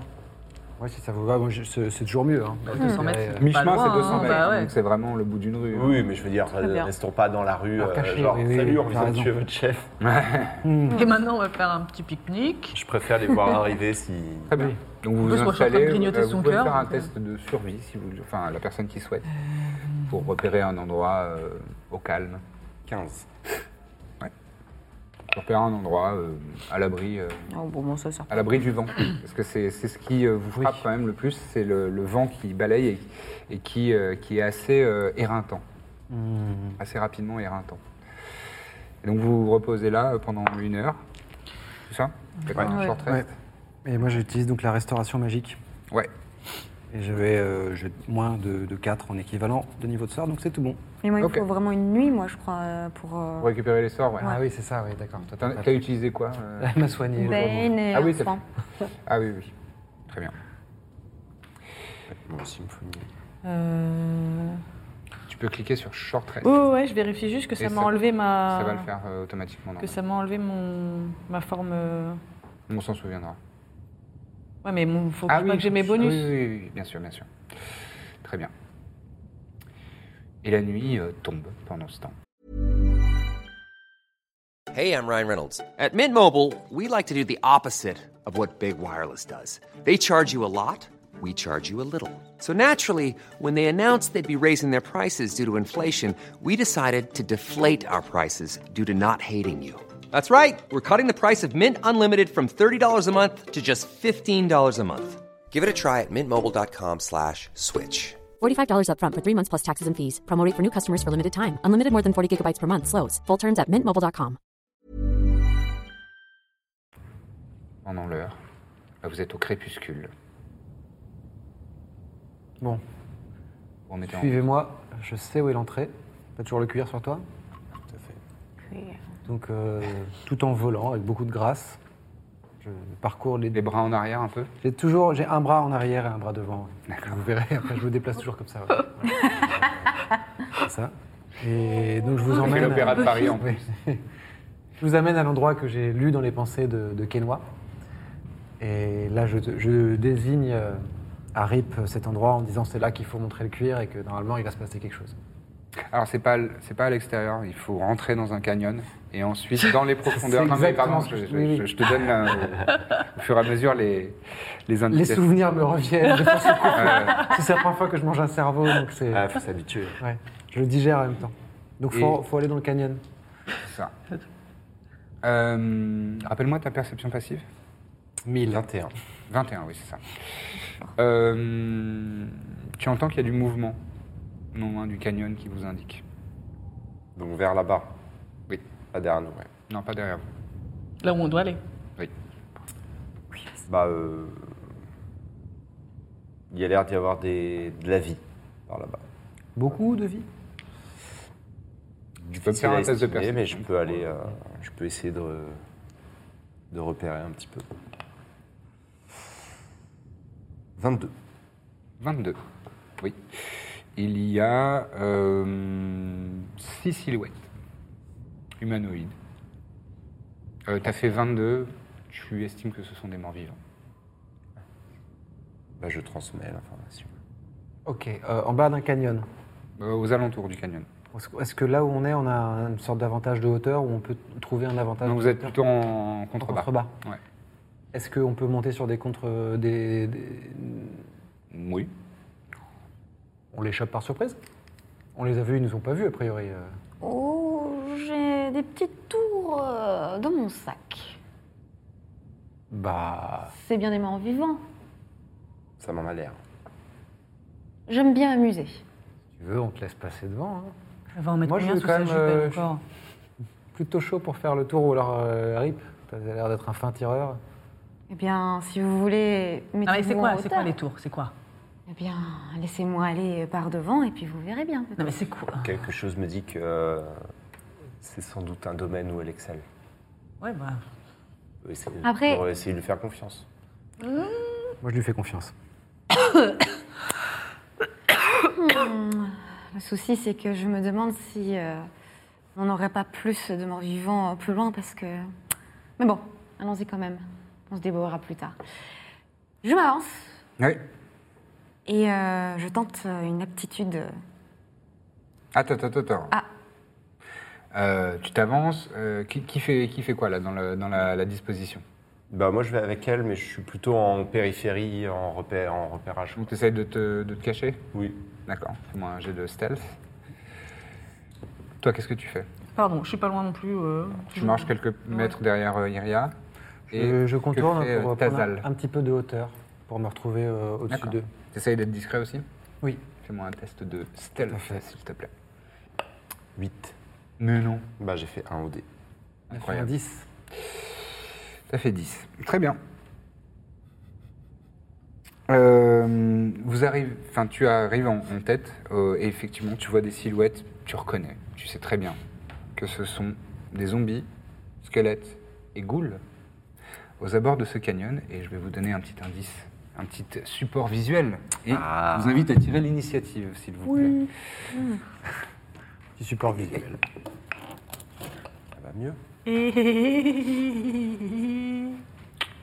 Ouais, si ça vous va, moi, je- c'est c'est toujours mieux. hein.
200 mètres,
Euh,
c'est- Pas
Mi-chemin,
loin,
c'est 200
hein,
mètres,
bah ouais.
donc c'est vraiment le bout d'une rue. hein.
Oui, mais je veux dire,
Très bien.
restons pas dans la rue,
Alors,
euh,
cachez,
genre,
oui, oui,
salut,
oui,
on
t'as
vient de
raison.
tuer votre chef.
Et maintenant, on va faire un petit pique-nique.
Je préfère les voir arriver si.
Très bien. Donc vous
En
vous
plus, moi, je suis en train de
installez,
grignoter
euh,
son
vous pouvez
cœur,
faire un
donc, euh.
test de survie, si vous, enfin la personne qui souhaite, pour repérer un endroit euh, au calme,
15.
pour repérer un endroit euh, à l'abri, euh,
Ah,
Oh bon, bon ça sert.
à l'abri du vent, parce que c'est c'est ce qui euh, vous frappe quand même le plus, c'est le, le vent qui balaye et, et qui euh, qui est assez euh, éreintant, assez rapidement éreintant. Et donc vous vous reposez là euh, pendant une heure, c'est ça Faites un
Ouais.
short
Ouais.
rest.
Et moi, j'utilise donc la restauration magique.
Ouais.
Et je vais euh, j'ai moins de, 4 en équivalent de niveau de sort, donc c'est tout bon.
Mais moi il
Ok.
faut vraiment une nuit, moi je crois, euh, pour. euh,
Pour récupérer les sorts, ouais.
Ah oui, c'est ça, oui, d'accord. Toi,
T'en- T'as utilisé quoi euh,
Elle m'a soigné.
Ben,
Bane Ben et
Ah oui, c'est
Arfan.
Ah oui, oui. Très bien.
Bon, symphonie.
Euh...
Tu peux cliquer sur Short Rest.
Oh ouais, je vérifie juste que ça
Et
m'a
ça-
enlevé ma.
Ça va le faire euh, automatiquement.
Que
normalement.
ça m'a enlevé mon ma forme. euh,
On s'en souviendra.
Ouais, mais mon... faut pas que j'ai mes
je-
bonus.
Ah Oui, oui, oui, oui, bien sûr, bien sûr. Très bien. Et la nuit euh, tombe pendant ce temps.
Hey, I'm Ryan Reynolds. At Mint Mobile, we like to do the opposite of what Big Wireless does. They charge you a lot, we charge you a little. So naturally, when they announced they'd be raising their prices due to inflation, we decided to deflate our prices due to not hating you. That's right. We're cutting the price of Mint Unlimited from $30 a month to just $15 a month. Give it a try at mintmobile.com slash switch.
$45 upfront for three months plus taxes and fees. Promo rate for new customers for limited time. Unlimited more than 40 gigabytes per month. Slows. Full terms at mintmobile.com.
Pendant l'heure, là, vous êtes au crépuscule.
Bon,
Vous remettez en-
suivez-moi, je sais où est l'entrée. T'as toujours le cuir sur toi Donc, euh, tout en volant, avec beaucoup de grâce, je parcours les...
les bras en arrière un peu.
J'ai toujours j'ai un bras en arrière et un bras devant. Vous verrez, après, je me déplace toujours comme ça. ouais. C'est ça. Et donc, je vous
C'est
emmène...
l'opéra de Paris en
Oui.
plus.
Je vous amène à l'endroit que j'ai lu dans les pensées de, de Kenois. Et là, je, je désigne euh, à Rip euh, cet endroit en disant c'est là qu'il faut montrer le cuir et que normalement il va se passer quelque chose.
Alors c'est pas l- c'est pas à l'extérieur, il faut rentrer dans un canyon et ensuite dans les profondeurs.
C'est
Non mais
exactement
pardon,
ce que
je,
je- oui,
je-
oui.
je te donne euh, au fur et à mesure les les
Les
indications.
souvenirs me reviennent. de façon confuse.
Euh,
Si c'est la première fois que je mange un cerveau, donc c'est.
Ah, faut s'habituer.
ouais, je le digère en même temps. Donc faut,
Et-
faut aller dans le canyon.
Ça. Euh, Rappelle-moi ta perception passive.
21.
21, oui, c'est ça. Euh, tu entends qu'il y a du mouvement, non loin du canyon qui vous indique.
Donc vers là-bas.
Oui.
Pas derrière nous, ouais.
Non, pas derrière vous.
Là où on doit aller.
Oui.
Bah, euh, il y a l'air d'y avoir des... de la vie par là-bas.
Beaucoup de vie.
Tu peux me faire un test de perception.
mais je peux aller, euh, je peux essayer de, re- de repérer un petit peu. 22.
22. Oui. Il y a 6 silhouettes humanoïdes. Euh, T'as fait 22, tu estimes que ce sont des morts vivants.
Bah, je transmets l'information.
Ok, euh, en bas d'un canyon.
Euh, aux alentours du canyon.
Est-ce- Est-ce que là où on est, on a une sorte d'avantage de hauteur où on peut trouver un avantage
Donc
de
vous êtes
hauteur
plutôt en contrebas.
contrebas.
Ouais.
Est-ce qu'on peut monter sur des contre. Des, des-
Oui.
On les chope par surprise On les a vus, ils nous ont pas vus a priori. euh.
Oh, j'ai des petites tours euh, dans mon sac.
Bah.
C'est bien des morts vivants.
Ça m'en a l'air.
J'aime bien amuser.
Tu veux, on te laisse passer devant. hein.
Elle va en mettre
Moi, je
combien
vais
sous
quand
sa
même,
jupe,
euh,
elle, encore
Plutôt chaud pour faire le tour ou alors euh, Rip T'as l'air d'être un fin tireur.
Eh bien, si vous
Ah,
voulez,
Non, mais
mettez-vous
c'est
en
quoi, c'est
hauteur.
quoi les tours C'est quoi
Eh bien, laissez-moi aller par devant et puis vous verrez bien.
Non, mais c'est quoi
Quelque chose me dit que euh, c'est sans doute un domaine où elle excelle.
Ouais, bah.
Faut essayer-
Après-
faut essayer de lui faire confiance.
Moi, je lui fais confiance.
Le souci, c'est que je me demande si euh, on n'aurait pas plus de morts vivants euh, plus loin parce que. Mais bon, allons-y quand même. On se débrouillera plus tard. Je m'avance
Oui.
et euh, je tente euh, une aptitude. euh,
Attends, attends, attends.
Ah.
Euh, tu t'avances. euh, qui, qui fait, qui fait quoi là dans, la, dans la, la disposition
Bah moi je vais avec elle, mais je suis plutôt en périphérie, en repère, en repérage.
Donc tu essaies de te, de te cacher
Oui.
D'accord. Fais-moi un jet de stealth. Toi, qu'est-ce que tu fais
Pardon, je suis pas loin non plus. euh,
Tu
je-
marches quelques mètres derrière euh, Iria.
Je, je contourne
que fait,
pour
euh,
euh, prendre
Tazal
un, un petit peu de hauteur pour me retrouver euh, au-dessus
D'accord.
d'eux.
Tu essayes d'être discret aussi
Oui.
Fais-moi un test de
Tout à
stealth,
fait.
s'il te plaît.
8.
Mais non.
Bah j'ai fait un OD.
Incroyable.
10.
Ça fait 10. Très bien. Euh, vous arrivez, enfin, tu arrives en, en tête euh, et effectivement, tu vois des silhouettes, tu reconnais, tu sais très bien que ce sont des zombies, squelettes et ghouls aux abords de ce canyon. Et je vais vous donner un petit indice, un petit support visuel. Et je vous invite à tirer l'initiative, s'il vous plaît.
Petit support visuel.
Ça va mieux.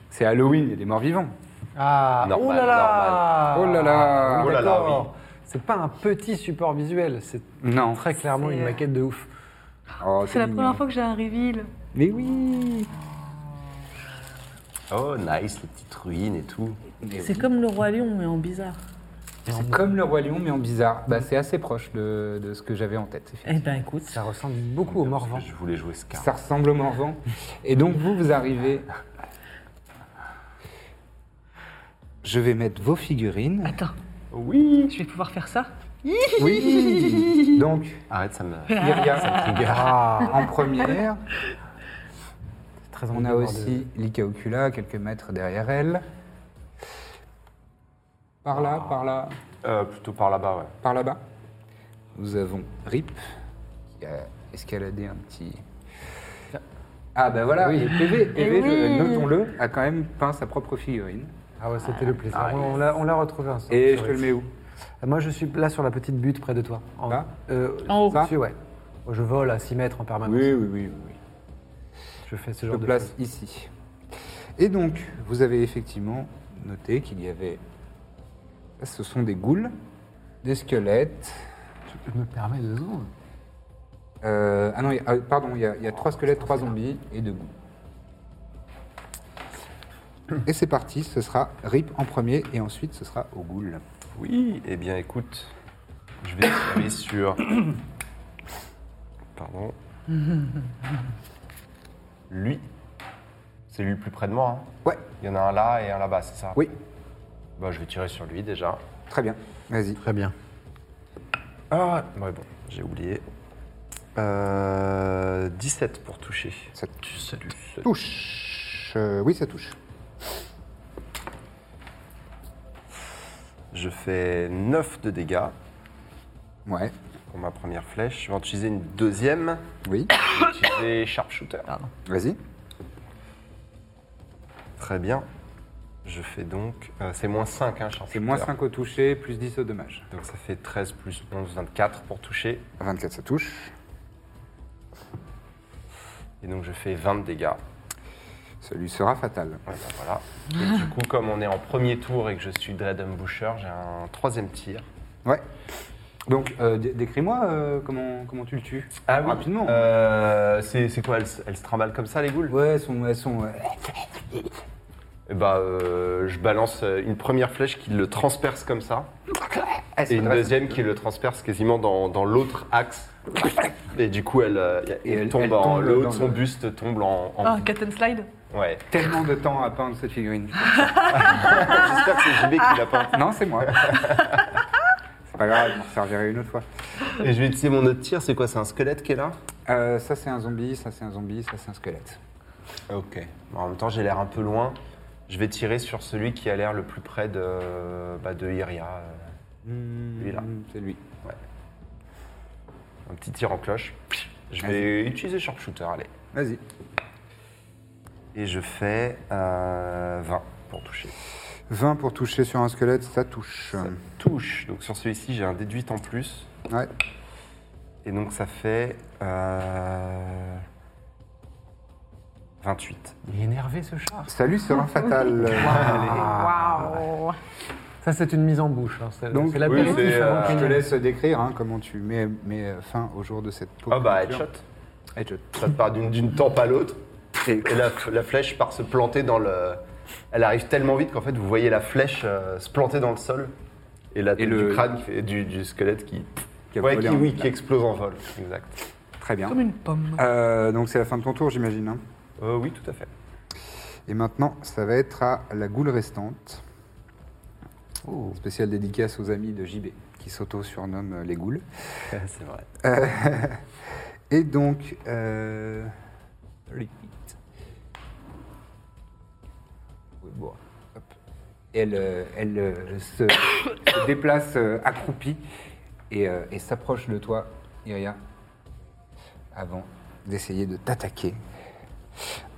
C'est Halloween, il y a des morts vivants.
Ah,
Normal,
oh là
Ah.
là
normal. Oh là là.
Oui,
Oh là là,
Ah, d'accord. C'est pas un petit support visuel, c'est
Non.
très clairement une
C'est, euh,
maquette de ouf.
Oh,
C'est la
mignon.
première fois que j'ai un reveal.
Mais oui.
Oh nice, les petites ruines et tout.
C'est comme le roi lion, mais en bizarre.
C'est comme le roi lion, mais en bizarre. Bah, c'est assez proche de, de ce que j'avais en tête.
Eh ben écoute,
Ça ressemble beaucoup au Morvan.
Je voulais jouer Scar.
Ça ressemble au Morvan. Et donc vous, vous arrivez. Je vais mettre vos figurines.
attends,
Oui.
je vais pouvoir faire ça
Oui. Donc
Arrête, ça me...
Iria en première.
Très
On a aussi Lika Ocula quelques mètres derrière elle. Par là, par là,
Euh, plutôt par là-bas, ouais.
par là-bas. Nous avons Rip qui a escaladé un petit. Ah ben voilà, et PV, PV, je- notons-le, a quand même peint sa propre figurine.
Ah ouais, c'était le plaisir. on on l'a- on l'a retrouvé. hein, un support
Et je te le
visuel.
mets Ah. où
Euh, Moi, je suis là sur la petite butte près de toi. En,
Là
euh,
En haut.
dessus, ouais. Oh, Je vole à 6 mètres en permanence.
oui, oui, oui.
Je fais ce
Je
genre
le
de
place
choses.
ici. Et donc, vous avez effectivement noté qu'il y avait. Là, ce sont des goules, des squelettes.
Je me permets deux secondes.
euh, Ah non, il y a- ah, pardon, il y, a, il y a trois squelettes, trois zombies et deux goules. Et c'est parti, ce sera Rip en premier et ensuite ce sera au ghoul.
Oui, eh bien écoute, je vais tirer sur... Pardon. Lui. C'est lui le plus près de moi. hein.
Ouais,
Il y en a un là et un là-bas, c'est ça
oui,
Bah je vais tirer sur lui déjà.
très bien. Vas-y.
Très bien.
Ah Ouais bon, j'ai oublié. Euh, 17 pour toucher.
Ça
Salut.
touche. Euh, oui, ça touche.
Je fais 9 de dégâts
Ouais,
pour ma première flèche. Je vais en utiliser une deuxième.
oui,
Je vais utiliser sharpshooter.
vas-y.
Très bien. Je fais donc... euh, c'est moins 5, hein, sharpshooter.
C'est moins 5 au toucher, plus 10 au dommage.
Donc ça fait 13 plus 11, 24 pour toucher.
24, ça touche.
Et donc je fais 20 de dégâts.
Celui sera fatal.
Ouais, bah, voilà. Et du coup, comme on est en premier tour et que je suis Dreadham Boucher, j'ai un troisième tir.
Ouais. Donc, euh, dé- décris-moi euh, comment, comment tu le tues.
Ah oui.
Rapidement.
Euh, c'est c'est quoi elles, se- elles se trimballent comme ça, les goules
Ouais, elles sont. Elles sont euh,
Eh Bah, euh, je balance euh, une première flèche qui le transperce comme ça,
elles
et une
s'adressent-
deuxième qui le transperce quasiment dans, dans l'autre axe. Et du coup, elle, euh, elle
Et elle-
tombe
elle
en-
tombe
le haut
dans
de son
le-
buste tombe en. en-
Ah, cat and slide
Ouais.
Tellement de temps à peindre cette figurine.
J'espère que c'est JB qui l'a peint.
non, c'est moi. c'est pas grave, je servirai une autre fois.
Et je vais utiliser mon autre tir. C'est quoi C'est un squelette qui est là
Euh, ça, c'est un zombie, ça, c'est un zombie, ça, c'est un squelette.
Ok. En même temps, j'ai l'air un peu loin. Je vais tirer sur celui qui a l'air le plus près de, bah, de Iria. euh, Lui, là.
C'est lui.
Un petit tir en cloche. Je vais utiliser sharpshooter, allez.
Vas-y.
Et je fais euh, 20 pour toucher.
20 pour toucher sur un squelette, ça touche.
Ça touche. Donc sur celui-ci, j'ai un déduit en plus.
Ouais.
Et donc ça fait euh, 28.
Il est énervé ce char.
Salut, serin fatal.
Waouh
Ça, c'est une mise en bouche. hein. C'est
Donc,
c'est la
oui,
période
c'est,
qui
euh,
fabrique
Je te
une-
laisse décrire hein, comment tu mets, mets euh, fin au jour de cette peau.
Ah bah headshot.
Headshot.
Ça te part d'une d'une tempe à l'autre. Et la, la flèche part se planter dans le. Elle arrive tellement vite qu'en fait, vous voyez la flèche euh, se planter dans le sol. Et la tête
le-
du crâne, qui fait- du, du squelette qui.
Qui a
Ouais,
volé
qui-
en
oui,
éclats.
qui explose en vol. Exact.
Très bien.
Comme une pomme.
Euh, donc c'est la fin de ton tour, j'imagine. hein.
Euh, oui, tout à fait.
Et maintenant, ça va être à la goule restante.
Oh.
Spéciale dédicace aux amis de JB, qui s'auto-surnomment euh, les goules.
C'est vrai.
Euh, et donc, euh, repeat. Oui, bon, hop. Elle, euh, elle euh, se, se déplace euh, accroupie et, euh, et s'approche de toi, Iria, avant d'essayer de t'attaquer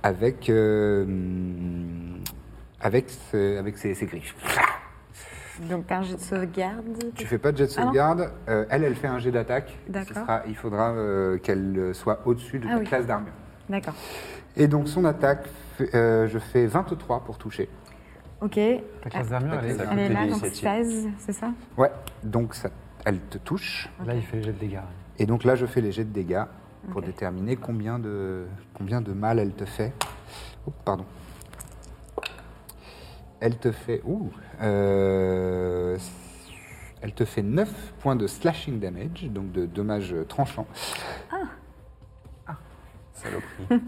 avec, euh, hum, avec, ce- avec ses, ses griffes.
Donc un jet de sauvegarde.
Tu fais pas de jet de
Ah non.
sauvegarde. euh, elle, elle fait un jet d'attaque. Ce
D'accord.
sera- Il faudra euh, qu'elle euh, soit au-dessus de
Ah
ta
oui.
classe d'armure.
D'accord.
Et donc son attaque, fait- euh, je fais 23 pour toucher.
Ok, elle
Ta classe d'armure, elle est-
est là, donc
L'initiative.
16, c'est ça
Ah,
Ouais, donc ça, elle te touche.
Là, il fait le jet de dégâts.
Et donc là, je fais les jets de dégâts pour
Ok.
déterminer combien de, combien de mal elle te fait. Oups, pardon. Elle te fait... Ouh, euh, elle te fait 9 points de slashing damage, donc de dommages tranchants.
Ah.
Ah,
Saloperie.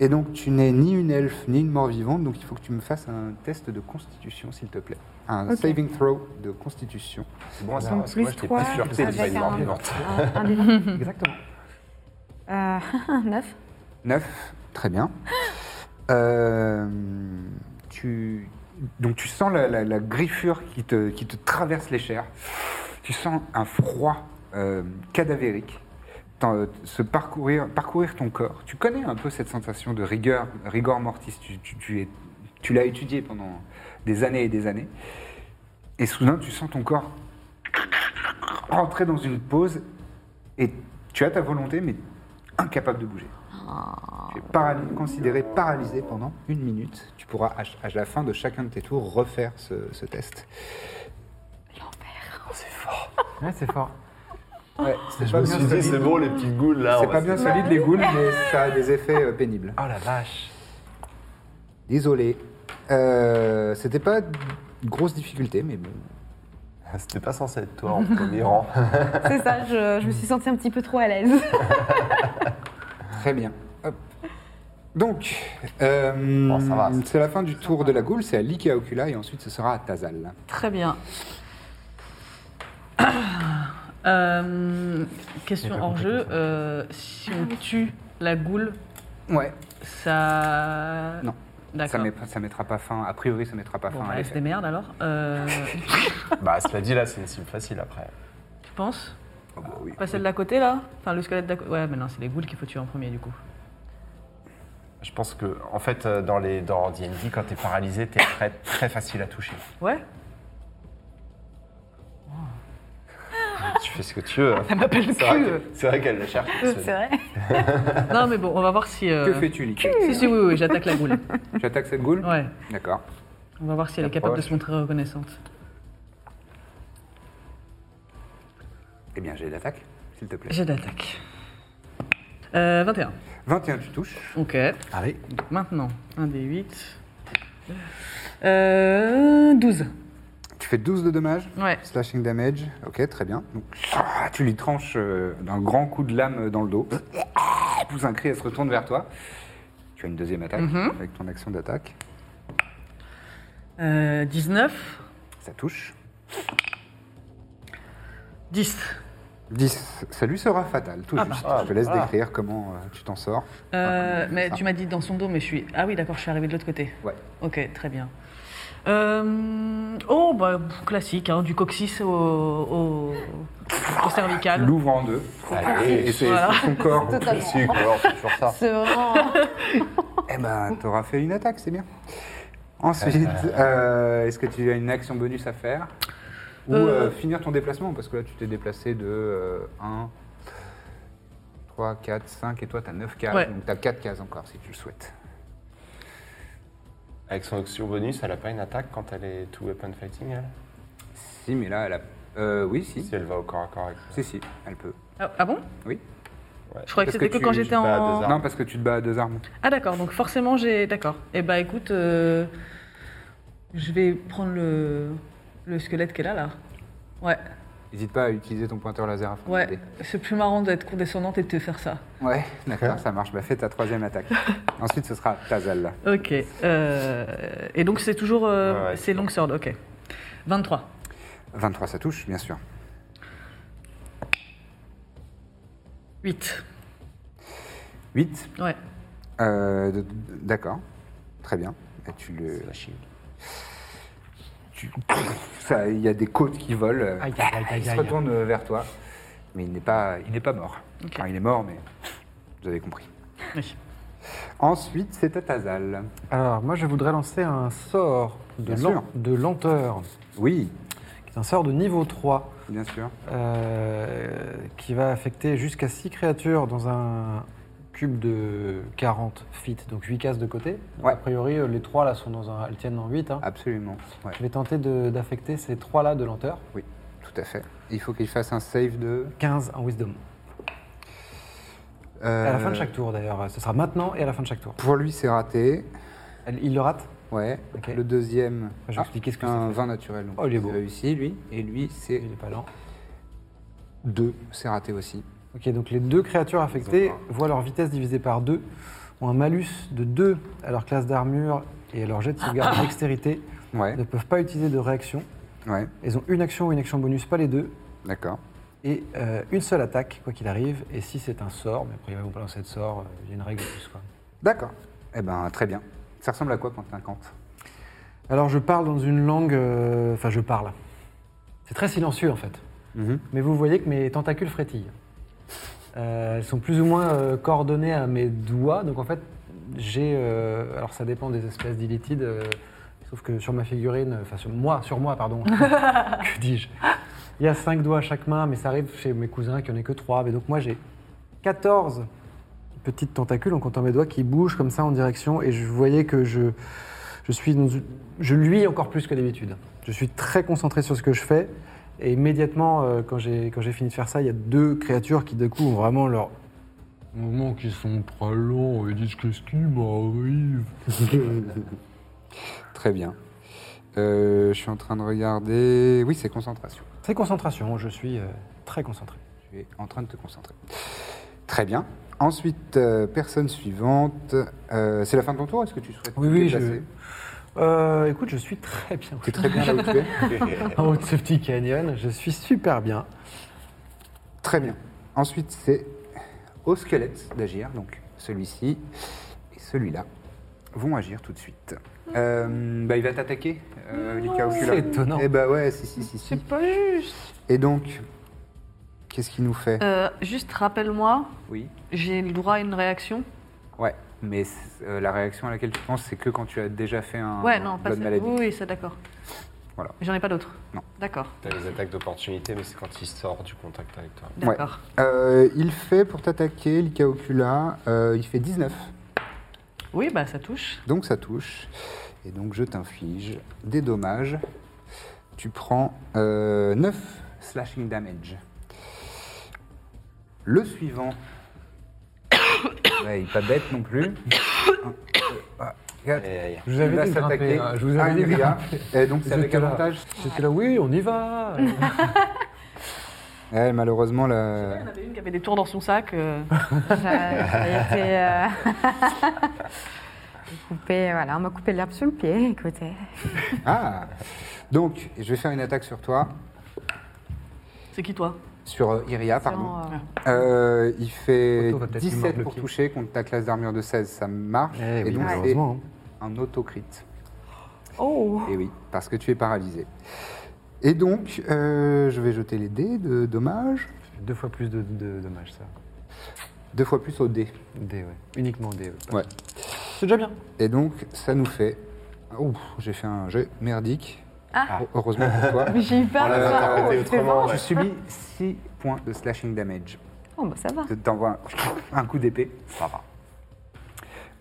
Et donc, tu n'es ni une elfe ni une mort vivante, donc il faut que tu me fasses un test de constitution, s'il te plaît. Un
Ok.
saving throw de constitution.
C'est bon à
Donc
savoir. parce que
plus
moi, j'étais
3
pas sûr que c'était pas
avec
une mort
un,
vivante.
un, un des- euh,
Exactement.
euh,
9.
9, très bien. Euh, tu, donc, tu sens la, la- la griffure qui te, qui te traverse les chairs. Tu sens un froid euh, cadavérique t'en- se parcourir, parcourir ton corps. Tu connais un peu cette sensation de rigueur, rigor mortis. Tu, tu- tu es- tu l'as étudié pendant des années et des années. Et soudain, tu sens ton corps rentrer dans une pause et tu as ta volonté, mais incapable de bouger. Tu es paraly- considéré paralysé pendant une minute. Tu pourras, à, ch- à la fin de chacun de tes tours, refaire ce, ce test.
Ouais, c'est fort.
Ouais, c'est
Je
pas
me
bien
suis dit, ah c'est
solide,
bon, les petites goules là.
c'est
on
pas
va
bien
se-
solide les goules, mais ça a des effets euh, pénibles.
Oh la vache.
Désolé. Euh, C'était pas une grosse difficulté, mais bon.
Ah, C'était pas censé être toi en premier rang.
C'est ça, je, je me suis sentie un petit peu trop à l'aise.
Très bien. Hop. Donc, euh,
Bon, ça va.
c'est la fin du tour de la goule, c'est à Lika Ocula et ensuite ce sera à Tazal.
Très bien. Euh, question en jeu. euh, si on tue la goule,
Ouais,
ça.
Non. ça,
D'accord.
met- ça mettra pas fin, a priori ça mettra pas
Bon,
fin
bah,
à
elle se
l'effet.
démerde alors. Euh,
bah, cela dit, là, c'est une cible facile après.
tu penses
Ah bah
Pas celle d'à côté là Enfin, le squelette d'à côté. Ouais, mais non, c'est les goules qu'il faut tuer en premier du coup.
Je pense que, en fait, euh, dans les dans D&D, quand t'es paralysé, t'es très très facile à toucher.
Ouais
Tu fais ce que tu veux. Elle
m'appelle
C'est vrai
cul.
que- c'est vrai qu'elle le cherche.
c'est vrai.
Non, mais bon, on va voir si. euh,
Que fais-tu, Lika
Si, si, oui, oui, j'attaque la goule.
Tu attaques cette goule
Ouais.
D'accord.
On va voir si elle est capable de se montrer reconnaissante.
Eh bien, j'ai l'attaque, s'il te plaît.
J'ai d'attaque. Euh, 21.
21, tu touches.
Ok.
Allez.
Maintenant, un des 8. Euh, 12.
Tu fais 12 de dommages.
Ouais.
Slashing damage. Ok, très bien. Donc, tu lui tranches euh, d'un grand coup de lame dans le dos. Elle pousse un cri, elle se retourne vers toi. Tu as une deuxième attaque
Mhm.
avec ton action d'attaque.
Euh, 19.
Ça touche.
10.
10. Ça lui sera fatal,
Ah
tout juste.
bah.
Je te laisse
Ah.
décrire comment euh, tu t'en sors.
Euh,
Enfin,
mais
ça.
tu m'as dit dans son dos, mais je suis. Ah oui, d'accord, je suis arrivée de l'autre côté.
Ouais.
Ok, très bien. Euh, Oh, bah, pff, classique, hein, du coccyx au, au, au
Tu
cervical.
l'ouvres en deux. Et c'est
Ah. Voilà.
c'est son corps.
Si, alors, c'est toujours ça.
C'est vraiment.
Eh ben, t'auras fait une attaque, c'est bien. Ensuite, euh, est-ce que tu as une action bonus à faire Ou
Euh.
euh, finir ton déplacement Parce que là, tu t'es déplacé de euh, 1, 3, 4, 5, et toi, t'as 9 cases.
Ouais.
Donc, t'as 4 cases encore, si tu le souhaites.
Avec son action bonus, elle a pas une attaque quand elle est two weapon fighting, elle
Si, mais là, elle a... euh, oui, si.
Si elle va au corps à corps avec.
Si, si, elle peut.
Ah, ah bon
Oui.
Je
Parce
croyais que
que
c'était que,
tu-
quand j'étais
bah,
en.
des
Non, parce que tu te bats à deux armes.
Ah d'accord, donc forcément j'ai... D'accord. Eh bah écoute, euh, je vais prendre le, le squelette qu'elle a là. Ouais,
N'hésite pas à utiliser ton pointeur laser à fond.
ouais. C'est plus marrant d'être condescendante et de te faire ça.
Ouais, d'accord, ça marche. Bah, fais ta troisième attaque. Ensuite, ce sera Tazal.
Ok. euh, Et donc c'est toujours... euh,
Ouais, ouais,
c'est longsword, ok. 23.
23, ça touche, bien sûr.
8.
8,
Ouais.
Euh, d- d- D'accord. Très bien. Et tu le. Tu- Ça, Il y a des côtes qui volent. euh,
Aïe, aïe, aïe, aïe,
il se
aïe.
retourne euh, vers toi. Mais il n'est pas, il n'est pas mort. Enfin, il est mort, mais vous avez compris.
Oui.
Ensuite, c'est à Tazal.
Alors, moi, je voudrais lancer un sort
Bien
de, len-
sûr.
de lenteur,
Oui,
qui est un sort de niveau 3,
bien sûr.
euh, qui va affecter jusqu'à 6 créatures dans un cube de 40 feet, donc 8 cases de côté. Donc,
Ouais. Ah.
A priori, euh, les 3 là sont dans un, elles tiennent en 8. hein.
Absolument. Ouais,
Je vais tenter de- d'affecter ces 3 là de lenteur.
oui, tout à fait. Il faut qu'il fasse un save de.
15 en wisdom.
euh,
À la fin de chaque tour d'ailleurs, ce sera maintenant et à la fin de chaque tour.
Pour lui, c'est raté.
Elle- Il le rate
Ouais.
Ok.
Le deuxième. ah,
Je vais expliquer ce que
Un
c'est.
20 naturel. donc
Oh, il est beau.
réussi, lui. Et lui, c'est
Il est pas lent.
2. C'est raté aussi.
Ok, donc les deux créatures affectées voient leur vitesse divisée par 2, ont un malus de 2 à leur classe d'armure et à leur jet de sauvegarde dextérité,
Ouais,
ne peuvent pas utiliser de réaction.
ouais,
Elles ont une action ou une action bonus, pas les deux,
d'accord.
et euh, une seule attaque, quoi qu'il arrive, et si c'est un sort, mais après, on peut lancer de sort, euh, il y a une règle de plus. Quoi.
D'accord. Eh ben, très bien. Ça ressemble à quoi quand t'as un cante
Alors je parle dans une langue, euh, enfin je parle. C'est très silencieux en fait. Mais vous voyez que mes tentacules frétillent. Euh, elles sont plus ou moins euh, coordonnées à mes doigts, donc en fait j'ai, euh, alors ça dépend des espèces d'illitides, euh, sauf que sur ma figurine, euh, enfin sur moi, sur moi pardon, que dis-je Il y a cinq doigts à chaque main, mais ça arrive chez mes cousins qui en aient que trois, mais donc moi j'ai 14 petites tentacules en comptant mes doigts qui bougent comme ça en direction et je voyais que je, je suis dans une- je lui encore plus que d'habitude. Je suis très concentré sur ce que je fais et immédiatement euh, quand j'ai quand j'ai fini de faire ça, il y a deux créatures qui d'un coup ont vraiment leur moment qui sont très longs et disent qu'est-ce qui m'arrive.
Très bien. Euh, je suis en train de regarder. Oui, c'est concentration.
C'est concentration, je suis euh, très concentré.
Tu es en train de te concentrer. Très bien. Ensuite, euh, personne suivante. Euh, c'est la fin de ton tour Est-ce que tu souhaites
Oui
te
oui, je...
déplacer
Euh, écoute, je suis très bien.
T'es très bien là où tu es
En haut de ce petit canyon, je suis super bien.
Très bien. Ensuite, c'est au squelette d'agir. Donc, celui-ci et celui-là vont agir tout de suite. Euh, bah, il va t'attaquer, euh, Lika Ocula.
C'est étonnant.
Eh bah ouais, si, si, si. si.
C'est pas juste.
Et donc, qu'est-ce qu'il nous fait
Euh, juste rappelle-moi,
Oui.
j'ai le droit à une réaction
Ouais, mais c'est- euh, la réaction à laquelle tu penses, c'est que quand tu as déjà fait un
Ouais, non, pas
bonne
ça.
maladie.
Oui, oui, ça d'accord.
Voilà.
J'en ai pas d'autres
Non.
D'accord,
T'as les attaques d'opportunité, mais c'est quand il sort du contact avec toi.
Ouais.
d'accord.
Euh, il fait pour t'attaquer, Lika Ocula, euh, il fait 19.
Oui, bah ça touche.
Donc ça touche. Et donc je t'inflige des dommages. Tu prends euh, 9 slashing damage. Le suivant. ouais, il est pas bête non plus. Un, deux, trois, quatre.
Aïe, aïe, aïe.
Je vous avais
Il va
dit de
s'attaquer
grimper, hein, je vous
à
avais dit de
Iria. Et donc c'est
J'étais
avec
là.
avantage.
J'étais là, oui, on y va.
Ouais, malheureusement,
Il y
la...
en avait une qui avait des tours dans son sac. euh,
J'ai été euh, coupée, voilà, on m'a coupé l'herbe sur le pied, écoutez.
Ah Donc, je vais faire une attaque sur toi.
C'est qui toi
Sur euh, Iria, pardon.
Sans, euh,
Euh, il fait
Auto Ah. va peut-être lui
17
mordre le
pour
pied.
toucher contre ta classe d'armure de 16. Ça marche.
Eh
et
oui,
donc, c'est
malheureusement. hein.
un autocrite.
Oh
Et oui, parce que tu es paralysé. Et donc, euh, je vais jeter les dés de dommages.
Deux fois plus de, de dommages, ça.
Deux fois plus au dé.
D, ouais. Uniquement D.
Ouais.
C'est déjà bien.
Et donc, ça nous fait. ah, Ouf, j'ai fait un jet merdique. Heureusement pour toi.
Mais j'ai eu peur.
On l'avait
quoi. Oh,
interprété
c'était
autrement.
bon.
ouais.
Tu subis 6 points de slashing damage.
Oh, bah ça va.
Je t'envoie un, un coup d'épée.
Ça va.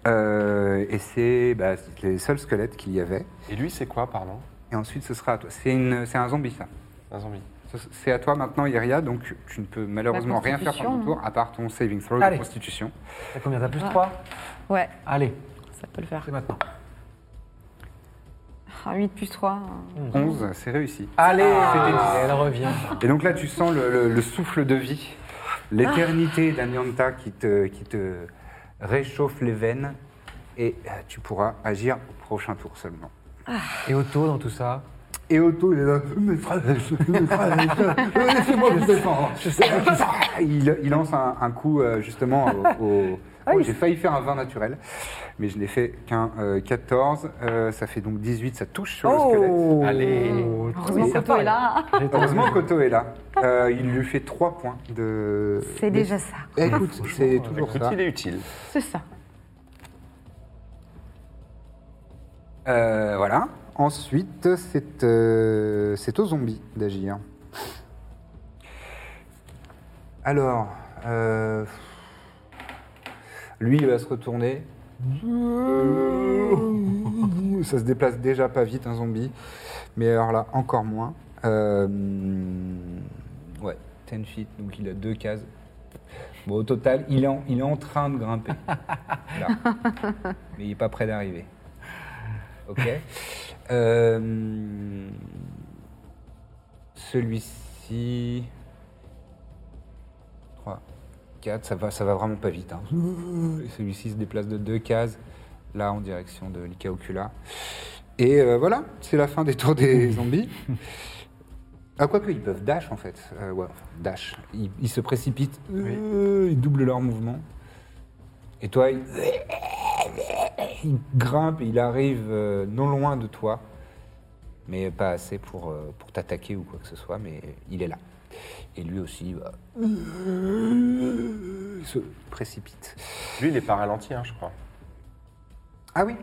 Euh, et c'est bah, c'est les seuls squelettes qu'il y avait.
Et lui, c'est quoi, pardon
Et ensuite, ce sera à toi. C'est une- c'est un zombie, ça.
Un zombie.
Ce- C'est à toi maintenant, Iria, donc tu ne peux malheureusement
La
rien faire pendant ton
constitution,
tour, à part ton saving throw
Allez.
de constitution.
T'as combien T'as plus 3
Ouais,
Allez,
ça peut le faire.
c'est maintenant.
8 plus 3.
11, c'est réussi.
Mmh. Allez
Ah.
Elle revient.
Et donc là, tu sens le, le- le souffle de vie, l'éternité d'Amianta qui te, qui te réchauffe les veines, et euh, tu pourras agir au prochain tour seulement.
Et Otto dans tout ça
Et Otto, il est là, mes frères, mes frères, mes frères, euh, laissez-moi vous défendre. ah, Il, il lance un, un coup euh, justement au. au-
Ah
oh, J'ai failli faire un vin naturel, mais je n'ai fait qu'un euh, 14. euh, ça fait donc 18, ça touche sur le squelette.
Allez.
Oh, Heureusement que toi est là.
Heureusement qu'Otto est là. Euh, il lui fait 3 points de.
C'est déjà ça.
Eh, Écoute, c'est toujours
Écoute,
ça.
il est utile.
C'est ça.
Euh, voilà. Ensuite, c'est euh, c'est aux zombies d'agir. Alors, euh, lui, il va se retourner. Ça se déplace déjà pas vite, un zombie. Mais alors là, encore moins. Euh, ouais, 10 feet, donc il a deux cases. Bon, au total, il est en, il est en train de grimper. Là. Mais il n'est pas près d'arriver. Ok. Euh, Celui-ci. 3, 4, ça va, ça va vraiment pas vite. hein. Et Celui-ci se déplace de deux cases, là en direction de l'Ika Ocula. Et euh, voilà, c'est la fin des tours des zombies. Ah, quoique, ils peuvent dash en fait. Euh, ouais, enfin, dash. Ils, ils se précipitent, Euh, ils doublent leur mouvement. Et toi, il- il grimpe, il arrive euh, non loin de toi, mais pas assez pour, euh, pour t'attaquer ou quoi que ce soit, mais il est là. Et lui aussi, bah, il se précipite.
Lui, il est pas ralenti, hein, je crois.
Ah oui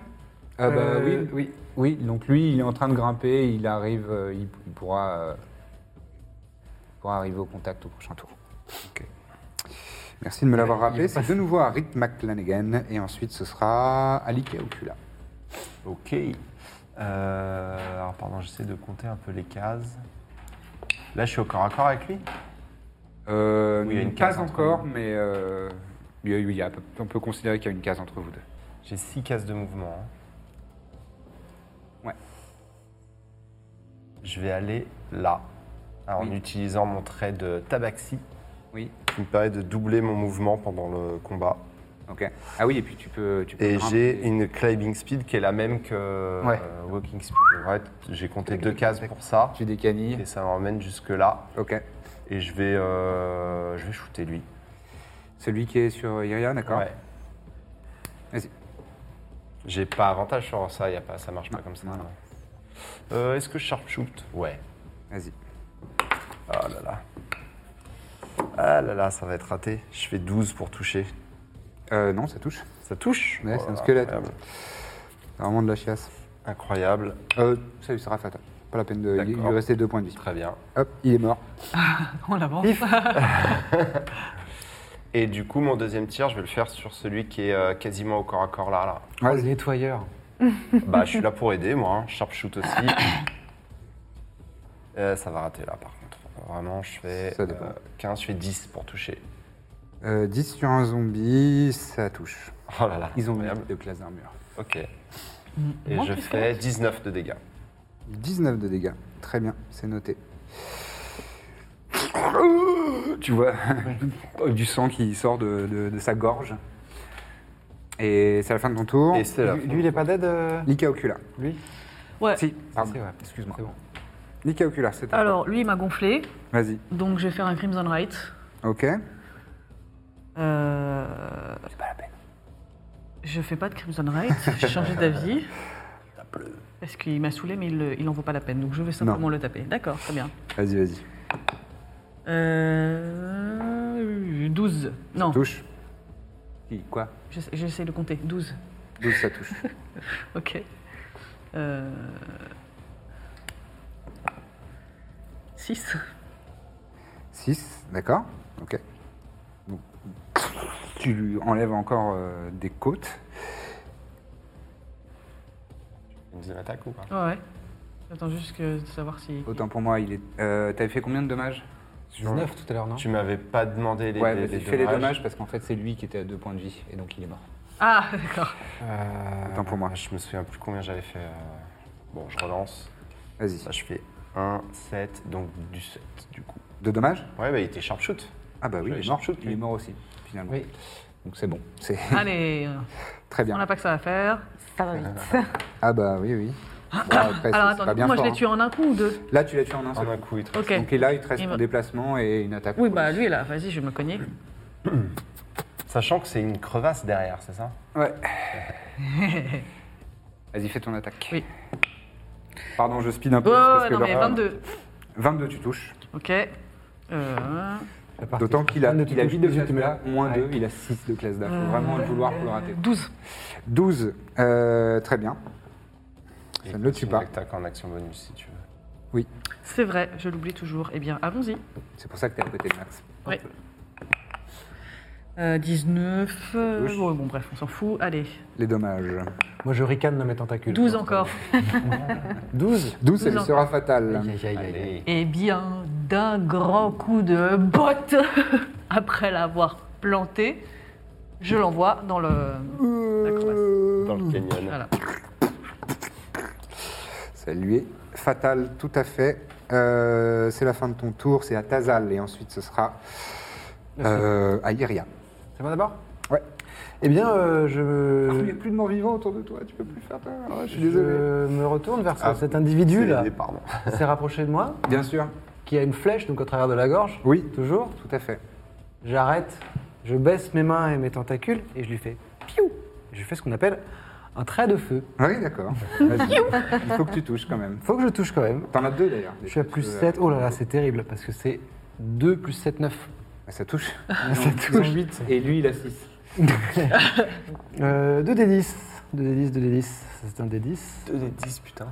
Ah bah,
Euh,
oui, oui, oui. Donc lui, il est en train de grimper, il arrive, euh, il, il pourra, euh, il pourra arriver au contact au prochain tour. Merci de me l'avoir rappelé. C'est de nouveau à Rick McLanagan, et ensuite ce sera Alike Ocula.
Ok. Euh, alors, pardon, j'essaie de compter un peu les cases. Là, je suis au corps à corps avec lui.
Euh,
Oui, il y a une
pas
case entre
encore,
vous.
mais euh, il y a- il y a- on peut considérer qu'il y a une case entre vous deux.
J'ai six cases de mouvement. hein.
Ouais.
Je vais aller là. Alors, En
Oui.
utilisant mon trait de tabaxi,
Oui.
qui me permet de doubler mon mouvement pendant le combat.
Ok. Ah oui, et puis tu peux. Tu peux
Et
grimper.
j'ai une climbing speed qui est la même que
Ah, Ouais.
euh, walking speed. Ouais, j'ai compté deux cases pour ça.
Tu décanilles.
Et ça m'emmène jusque là.
Ok.
Et je vais, euh, je vais shooter lui.
Celui qui est sur Iria, d'accord
Ouais.
Vas-y.
J'ai pas avantage sur ça, y a pas, ça marche pas
Non,
comme ça.
non, non.
Euh, Est-ce que je sharpshoot Ouais.
Vas-y.
Ah là là. Ah là là, ça va être raté. Je fais 12 pour toucher.
Euh, non, ça touche.
Ça touche
Ouais, c'est un
là,
squelette.
Incroyable.
C'est vraiment de la chiasse.
Incroyable.
Euh, ça lui sera fatal. Pas la peine de. Il il lui
D'accord.
restait deux points de vie.
Très bien.
Hop, il est mort.
On l'avance.
Et du coup, mon deuxième tir, je vais le faire sur celui qui est euh, quasiment au corps à corps là. là.
Oh, le nettoyeur.
Bah, je suis là pour aider, moi. hein. Sharpshoot aussi. Euh, ça va rater là, par contre. Vraiment, je fais
Ça dépend.
euh, 15, je fais 10 pour toucher.
Euh, 10 sur un zombie, ça touche.
Oh là là.
Ils ont
incroyable.
de classe d'armure.
Ok. Et je fais 19 de dégâts.
19 de dégâts. Très bien, c'est noté. Tu vois du sang qui sort de, de- de sa gorge. Et c'est la fin de ton tour.
Et c'est la
Lui, lui, il est pas dead, euh,
Lika Ocula.
lui
Ouais.
Si, pardon,
Si, ouais.
excuse-moi.
C'est bon.
Lika Ocula, c'est toi.
Alors, lui, il m'a gonflé.
Vas-y.
Donc, je vais faire un Crimson Right.
Ok.
Euh...
C'est pas la peine.
Je fais pas de Crimson Right, j'ai changé d'avis. Parce qu'il m'a saoulé, mais il, le- il en vaut pas la peine. Donc je vais simplement le taper. D'accord, très bien.
Vas-y, vas-y.
Euh... 12. Non,
Touche. Qui, quoi
j'essa- j'essaie de compter. 12.
12, ça touche.
Ok. Euh... 6.
6, d'accord Ok. Donc, tu lui enlèves encore euh, des côtes.
Une deuxième attaque ou pas
Ouais, ouais. J'attends juste que de savoir si.
Autant pour moi, il est. Euh, T'avais fait combien de dommages
19 tout à l'heure, non
Tu m'avais pas demandé les,
Ouais,
les-
vas-y,
les
fais les
dommages.
dommages parce qu'en fait, c'est lui qui était à 2 points de vie et donc il est mort.
Ah, d'accord.
Euh,
Autant pour moi.
Je me souviens plus combien j'avais fait. euh, Bon, je relance.
Vas-y.
Là, je fais 1, 7, donc du 7 du coup.
Deux dommages
Ouais, bah il était sharpshoot.
Ah bah oui, il
J'avais
est mort.
shoot,
Il
lui.
est mort aussi, finalement.
Oui.
Donc c'est bon. C'est
Allez, euh,
très
on
bien.
n'a pas que ça à faire.
Ça va vite.
Ah bah oui, oui. Bon, après,
Alors
c'est- c'est
attends,
pas
du coup,
bien
moi je
fort,
l'ai tué en un coup ou deux
hein. Là, tu l'as tué en un
En
seul.
un coup, il te
Ok.
Donc et là, il te reste
Il
un
va-
déplacement et une attaque.
Oui, bah lui là, vas-y, je vais me cogner.
Sachant que c'est une crevasse derrière, c'est ça
Ouais. Vas-y, fais ton attaque.
Oui.
Pardon, je speed un peu.
Oh,
parce que
non mais
leur-
22.
22, tu touches.
Ok. Euh,
La partie-
D'autant qu'il a,
Ah, ne te
il a
touche
8 de
plus,
classe
tu me
d'art,
l'as.
moins
Ouais.
2, il a 6 de classe d'art.
Euh,
Faut vraiment le vouloir pour le rater.
12.
12, euh, très bien.
Et
Ça ne le tue
continue
pas.
L'attaque en action bonus si tu veux.
C'est vrai, je l'oublie toujours. Eh bien, allons-y.
C'est pour ça que t'es à côté de Max.
Ouais. Euh, 19. euh,
Touche.
bon, bon, bref, on s'en fout. Allez,
Les dommages.
Moi, je ricane de mes tentacules.
12 encore.
12
12, ça
Douze
lui
ans.
sera fatal.
Aïe, aïe, aïe, aïe.
Allez.
Eh bien, d'un grand coup de botte, après l'avoir planté, je l'envoie dans le. la crevasse.
Dans le canyon.
Voilà.
Ça lui est fatal, tout à fait. Euh, c'est la fin de ton tour, c'est à Tazal et ensuite ce sera euh, à Lyria.
C'est moi d'abord
Ouais.
Eh bien, euh,
Ah, Il n'y a
je,
plus de morts vivants autour de toi, tu peux plus faire peur. Ah, je suis
je
désolé.
me retourne vers ce-
Ah,
cet
C'est
individu-là
les pardon.
qui s'est rapproché de moi,
Bien sûr.
qui a une flèche donc au travers de la gorge.
Oui,
Toujours.
tout à fait.
J'arrête, je baisse mes mains et mes tentacules et je lui fais piou. Je lui fais ce qu'on appelle un trait de feu.
Oui, d'accord. Vas-y. Il faut que tu touches quand même.
Faut que je touche quand même.
T'en as deux d'ailleurs.
Je suis à plus 7. Oh là là, c'est terrible parce que c'est 2 plus 7, 9.
Ça touche.
Ça touche.
8 et lui il a 6.
Euh, 2 D10. 2 D10, 2 D10. Ça, C'est un D10.
2 des 10, putain.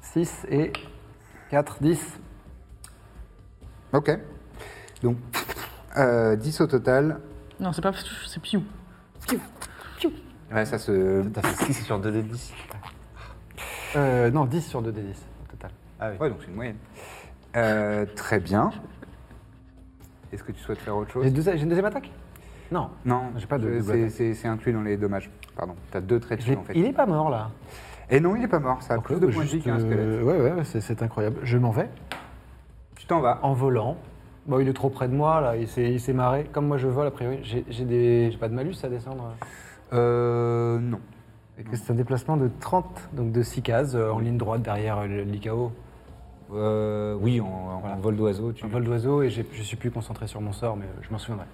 6 et 4, 10.
Ok. Donc, euh, 10 au total.
Non, c'est pas. C'est Piou.
Ouais, ça se.
T'as fait 6 sur 2 des 10.
Euh, non, 10 sur 2 D10 au total.
Ah oui.
Ouais, donc c'est une moyenne. Euh, très bien. Est-ce que tu souhaites faire autre
J'ai
chose
deux- j'ai une deuxième attaque Non.
Non,
J'ai pas de
c'est-
double
c'est-
attaque.
C'est c'est inclus dans les dommages. Pardon. T'as deux traits
Je
dessus
l'ai-
en fait.
Il est pas mort là.
Et non, il est pas mort. Ça a plus de points de vie
Juste,
qu'un squelette.
euh, ouais, ouais, c'est- c'est incroyable. Je m'en vais
Tu t'en vas.
en volant. Bon, il est trop près de moi là, il s'est il s'est marré. Comme moi je vole, a priori, j'ai j'ai des... j'ai pas de malus à descendre.
Euh. Non.
Et que C'est un déplacement de 30, donc de 6 cases euh, en ligne droite derrière euh, le- l'IKO.
Euh, oui, en, en vol d'oiseau. Tu...
Un vol d'oiseau et j'ai- je suis plus concentré sur mon sort, mais euh, je m'en souviendrai.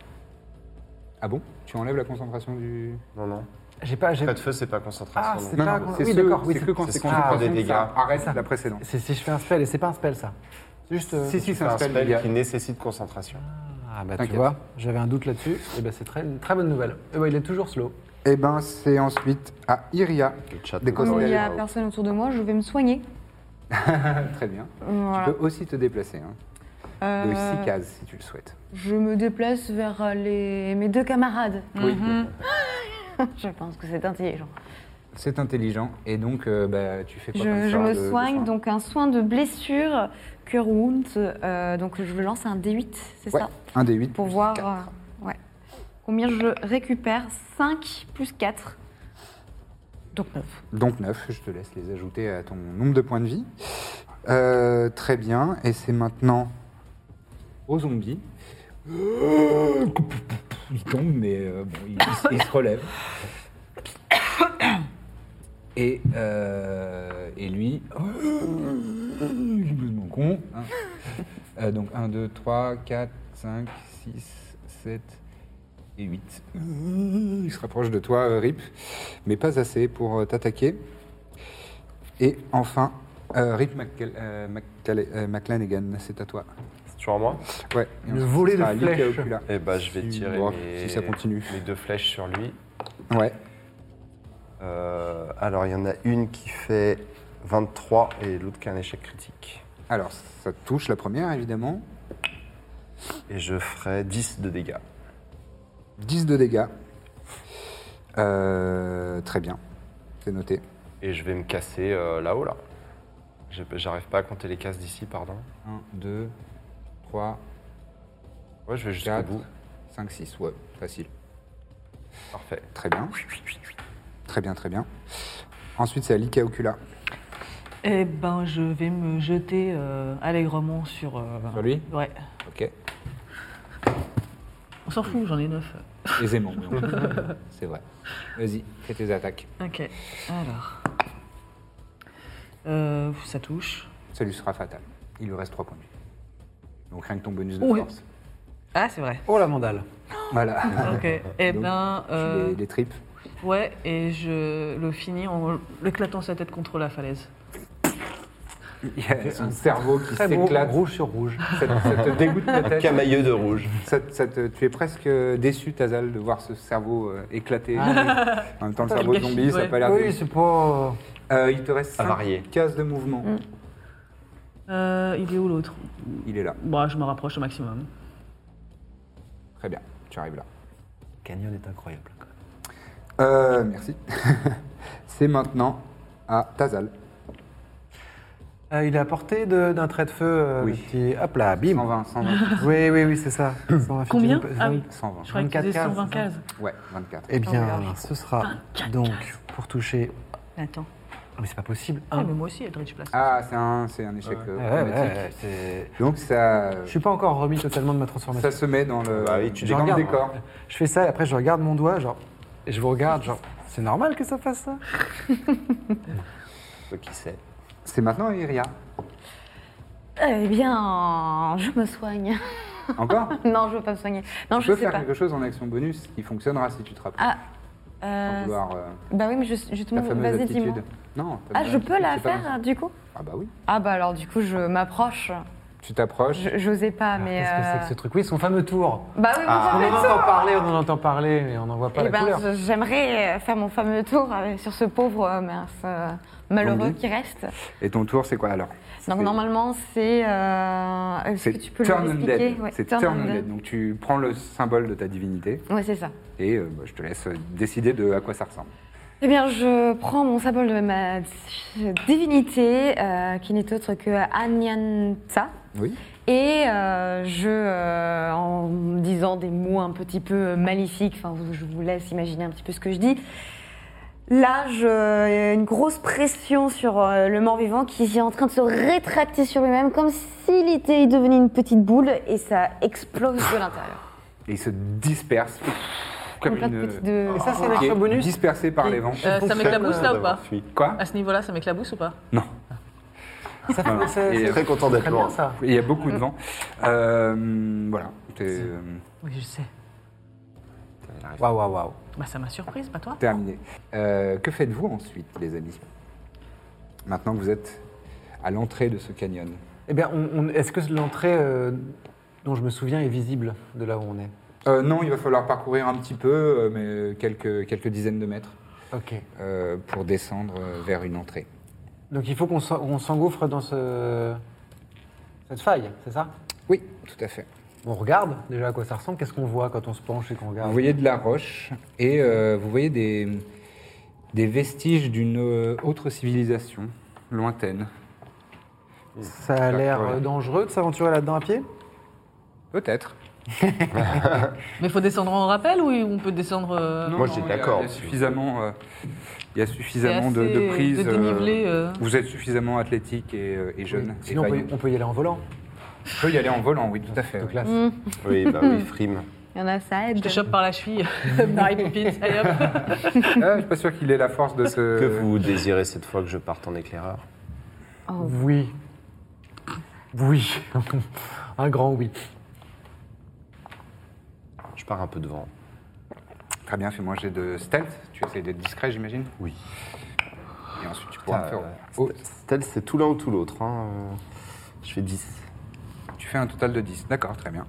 Ah bon Tu enlèves la concentration du.
Non, non.
J'ai pas. j'ai-
Trait de feu, c'est pas
Ah,
concentration.
c'est
non.
pas.
non,
un-
c'est
oui,
ceux-
d'accord, oui,
c'est que quand
c'est
c'est
ceux qui font
concentration
des
que
dégâts.
ça Arrête la précédente.
C'est si je fais un spell et c'est pas un spell ça. C'est juste. euh,
Si, si, c'est
C'est
un spell. il y a-
qui nécessite concentration.
Ah bah tu
T'inquiète.
vois, j'avais un doute là-dessus. Et ben c'est très, une très bonne nouvelle. Et ben il est toujours slow.
Eh ben, c'est ensuite à Iria.
Le chat.
Des
Comme
Cosmo-
il n'y a
Wow.
personne autour de moi, je vais me soigner.
Très bien.
Voilà.
Tu peux aussi te déplacer, hein, de
Euh,
6 cases si tu le souhaites.
Je me déplace
euh,
vers les... mes deux camarades.
Je pense que c'est intelligent.
C'est intelligent et donc euh, bah, tu fais quoi comme
Je, je
sort
me
de- de
soigne,
soin
donc un soin de blessure, cure wound. euh, donc je lance un D8, c'est
Ouais,
ça
un des 8.
Pour voir euh, ouais, Combien je récupère 5 plus 4.
Donc 9.
Donc 9, je te laisse les ajouter à ton nombre de points de vie. Euh, très bien, et c'est maintenant aux zombies. Euh, Il tombe, mais euh, bon, il, il- il se relève. Et, euh, et lui. euh, Mon con. hein. Euh, donc 1, 2, 3, 4, 5, 6, 7 et 8. Il se rapproche de toi, euh, Rip, mais pas assez pour euh, t'attaquer. Et enfin, euh, Rip McCall- euh, McCall- euh, McLanegan, c'est à toi.
C'est toujours à moi
Ouais. Ah, et
Le
ensuite,
volet
ce
de
sera Luc
flèches.
et Ocula.
Eh ben, je vais
Si-
tirer
bon,
mes,
si ça continue.
mes deux flèches sur lui.
Ouais.
Euh, alors, il y en a une qui fait 23 et l'autre qui a un échec critique.
Alors, ça te touche la première, évidemment.
Et je ferai 10 de dégâts.
10 de dégâts. Euh, très bien. C'est noté.
Et je vais me casser euh, là-haut, là. J'ai- J'arrive pas à compter les cases d'ici, pardon.
1, 2, 3,
Ouais, je vais jusqu'au
4,
bout.
5, 6. Ouais, facile.
Parfait.
Très bien. Très bien, très bien. Ensuite, c'est Alika Ocula.
Eh ben, je vais me jeter euh, allègrement sur. euh,
Sur lui
Ouais.
Ok.
On s'en fout, j'en ai 9.
Aisément. mais on- c'est vrai. Vas-y, fais tes attaques.
Ok. Alors. Euh, ça touche.
Ça lui sera fatal. Il lui reste 3 points de vie. Donc rien que ton bonus de
Oui.
force.
Ah, c'est vrai.
Oh la mandale
Voilà.
Ok. Eh
Donc,
ben.
tu
euh,
les, les tripes.
Ouais, et je le finis en l'éclatant sa tête contre la falaise.
Il y a son cerveau qui
Très beau,
s'éclate.
rouge sur rouge.
Ça, ça te dégoûte
Un
peut-être.
camailleux de rouge.
Ça, ça te- tu es presque euh, déçu, Tazal, de voir ce cerveau euh, éclater. En même temps, le cerveau de
gâchis,
zombie, Ah. ça n'a
ouais.
pas l'air
Oui,
de...
c'est pas...
Euh, il te reste
À
5
varier.
cases de mouvement.
Euh, il est où l'autre
Il est là.
Bah, je me rapproche au maximum.
Très bien, tu arrives là.
Canyon est incroyable. quoi.
Euh, merci. C'est maintenant à Tazal.
Ah, il est à portée de- d'un trait de feu, euh,
Oui.
le petit... Hop là, bim
120, 120.
Oui, oui, oui, c'est ça. 120,
Combien
20,
Ah oui,
120.
je croyais que tu disais
24
120 cases.
Ouais, 24.
Eh bien,
large.
ce sera donc pour toucher...
Attends.
Mais c'est pas possible.
hein. Ah,
Un.
mais moi aussi, Eldritch Blast.
Ah, c'est un, c'est un échec euh,
Ouais, ouais,
automatique.
ouais, c'est-
Donc ça,
Je suis pas encore remis totalement de ma
ça
transformation.
se met dans le,
Bah oui, tu
dans le
dégages.
décor.
Je fais ça et après je regarde mon doigt, genre... Et je vous regarde, genre... C'est normal que ça fasse ça
Toi qui sais.
C'est maintenant à Iria.
Eh bien, je me soigne.
Encore
non, je veux pas me soigner. Non,
Tu
je
peux
sais
faire
pas.
quelque chose en action bonus qui fonctionnera si tu te rappelles.
Ah,
Sans
Euh,
vouloir, euh,
bah oui, mais je, je
ta
tombe.
fameuse
Vas-y, dis-moi.
aptitude. Non. pas
Ah,
besoin.
je peux la
C'est pas
faire
dans-
du coup
Ah bah oui.
Ah bah alors du coup, je m'approche.
Tu t'approches.
Je- J'osais
Ah,
pas,
Alors,
mais.
Qu'est-ce que c'est que
euh,
ce truc Oui, son fameux tour
Bah oui, mon
On
fameux
en
tour.
entend parler, on en entend parler, mais on n'en voit pas
Eh
la
ben,
couleur.
je- j'aimerais euh, faire mon fameux tour avec- sur ce pauvre euh, mince, euh, malheureux
Zombie.
qui reste.
Et ton tour, c'est quoi alors
Donc
C'est-
normalement, c'est. euh, Est-ce
c'est
que tu peux
turn
le
undead.
expliquer Ouais,
c'est turn undead.
undead.
Donc tu prends le symbole de ta divinité
Ouais, c'est ça.
et euh, bah, je te laisse euh, décider de à quoi ça ressemble.
Eh bien, je prends mon symbole de ma divinité, euh, qui n'est autre que Anyanta,
Oui.
et euh, je, euh, en disant des mots un petit peu maléfiques, enfin, vous- je vous laisse imaginer un petit peu ce que je dis. Là, je- il y a une grosse pression sur euh, le mort-vivant qui est en train de se rétracter sur lui-même, comme s'il était devenu une petite boule, et ça explose de l'intérieur.
Et il se disperse comme
Plein de
une. euh,
petites- de-
Et ça, c'est
qui est
l'action bonus Euh.
Dispersé par les vents.
Euh, ça m'éclabousse là ou pas
Quoi
À ce niveau-là, ça m'éclabousse ou pas
Non.
Ça
Voilà.
fait ça-
Et euh,
ça-
Très content
Très
d'être
bien
loin.
ça.
Il y a beaucoup de vent. Euh, voilà. T'es euh,
Oui, je sais.
Waouh, waouh, waouh.
Bah, ça m'a surprise, pas toi
terminé. Euh, que faites-vous ensuite, les amis Maintenant que vous êtes à l'entrée de ce canyon.
Eh bien, on- on- est-ce que l'entrée euh, dont je me souviens est visible de là où on est
Euh, non, il va falloir parcourir un petit peu, euh, mais quelques, quelques dizaines de mètres,
Ok.
euh, pour descendre euh, vers une entrée.
Donc il faut qu'on s'en- on s'engouffre dans ce... cette faille, c'est ça
Oui, tout à fait.
On regarde déjà à quoi ça ressemble, qu'est-ce qu'on voit quand on se penche et qu'on
Vous
regarde
voyez de la roche et euh, vous voyez des, des vestiges d'une euh, autre civilisation lointaine.
Oh, Ça a l'air euh, dangereux de s'aventurer là-dedans à pied
Peut-être.
Mais faut descendre en rappel ou on peut descendre. euh,
Non,
Moi,
non,
j'étais
il y a-
d'accord.
Il y a suffisamment, euh, il y a
c'est
suffisamment de,
assez,
de prises.
De
euh,
dénivelé. euh.
Vous êtes suffisamment athlétique et, euh, et jeune. et
Sinon, on peut,
vaillante.
on peut y aller en volant.
on peut y aller en volant, oui, tout à fait.
Donc
oui.
là,
Hmm,
Oui, bah oui, frime.
Il y en a, ça
Je
aide.
te chope par la cheville. Mary Poppins, allez hop.
Ah, je suis pas sûr qu'il ait la force de
Que
ce.
vous désirez cette fois que je parte en éclaireur
Oui. Oui. Un grand oui.
Je pars un peu devant.
Très bien, fais-moi un jet de stealth. Tu essayes d'être discret, j'imagine
Oui.
Et ensuite, tu
Ah,
pourras me faire. Oh,
Stealth, euh, c'est tout l'un ou tout l'autre. hein. Euh, Je fais 10.
tu fais un total de 10. D'accord, très bien.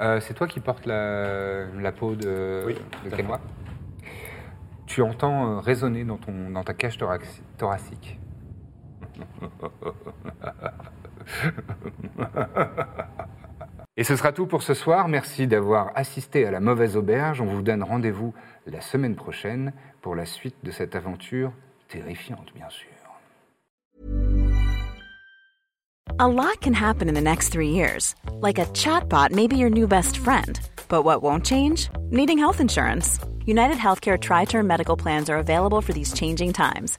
Euh, c'est toi qui portes la, la peau de,
Oui,
de
tout à
Kenwa. Tu entends euh, résonner dans, ton, dans ta cage thorax- thoracique. Et ce sera tout pour ce soir. Merci d'avoir assisté à la mauvaise auberge. On vous donne rendez-vous la semaine prochaine pour la suite de cette aventure terrifiante, bien sûr.
A lot can happen in the next three years. Like a chatbot may be your new best friend. But what won't change? Needing health insurance. United Healthcare Tri Term Medical Plans are available for these changing times.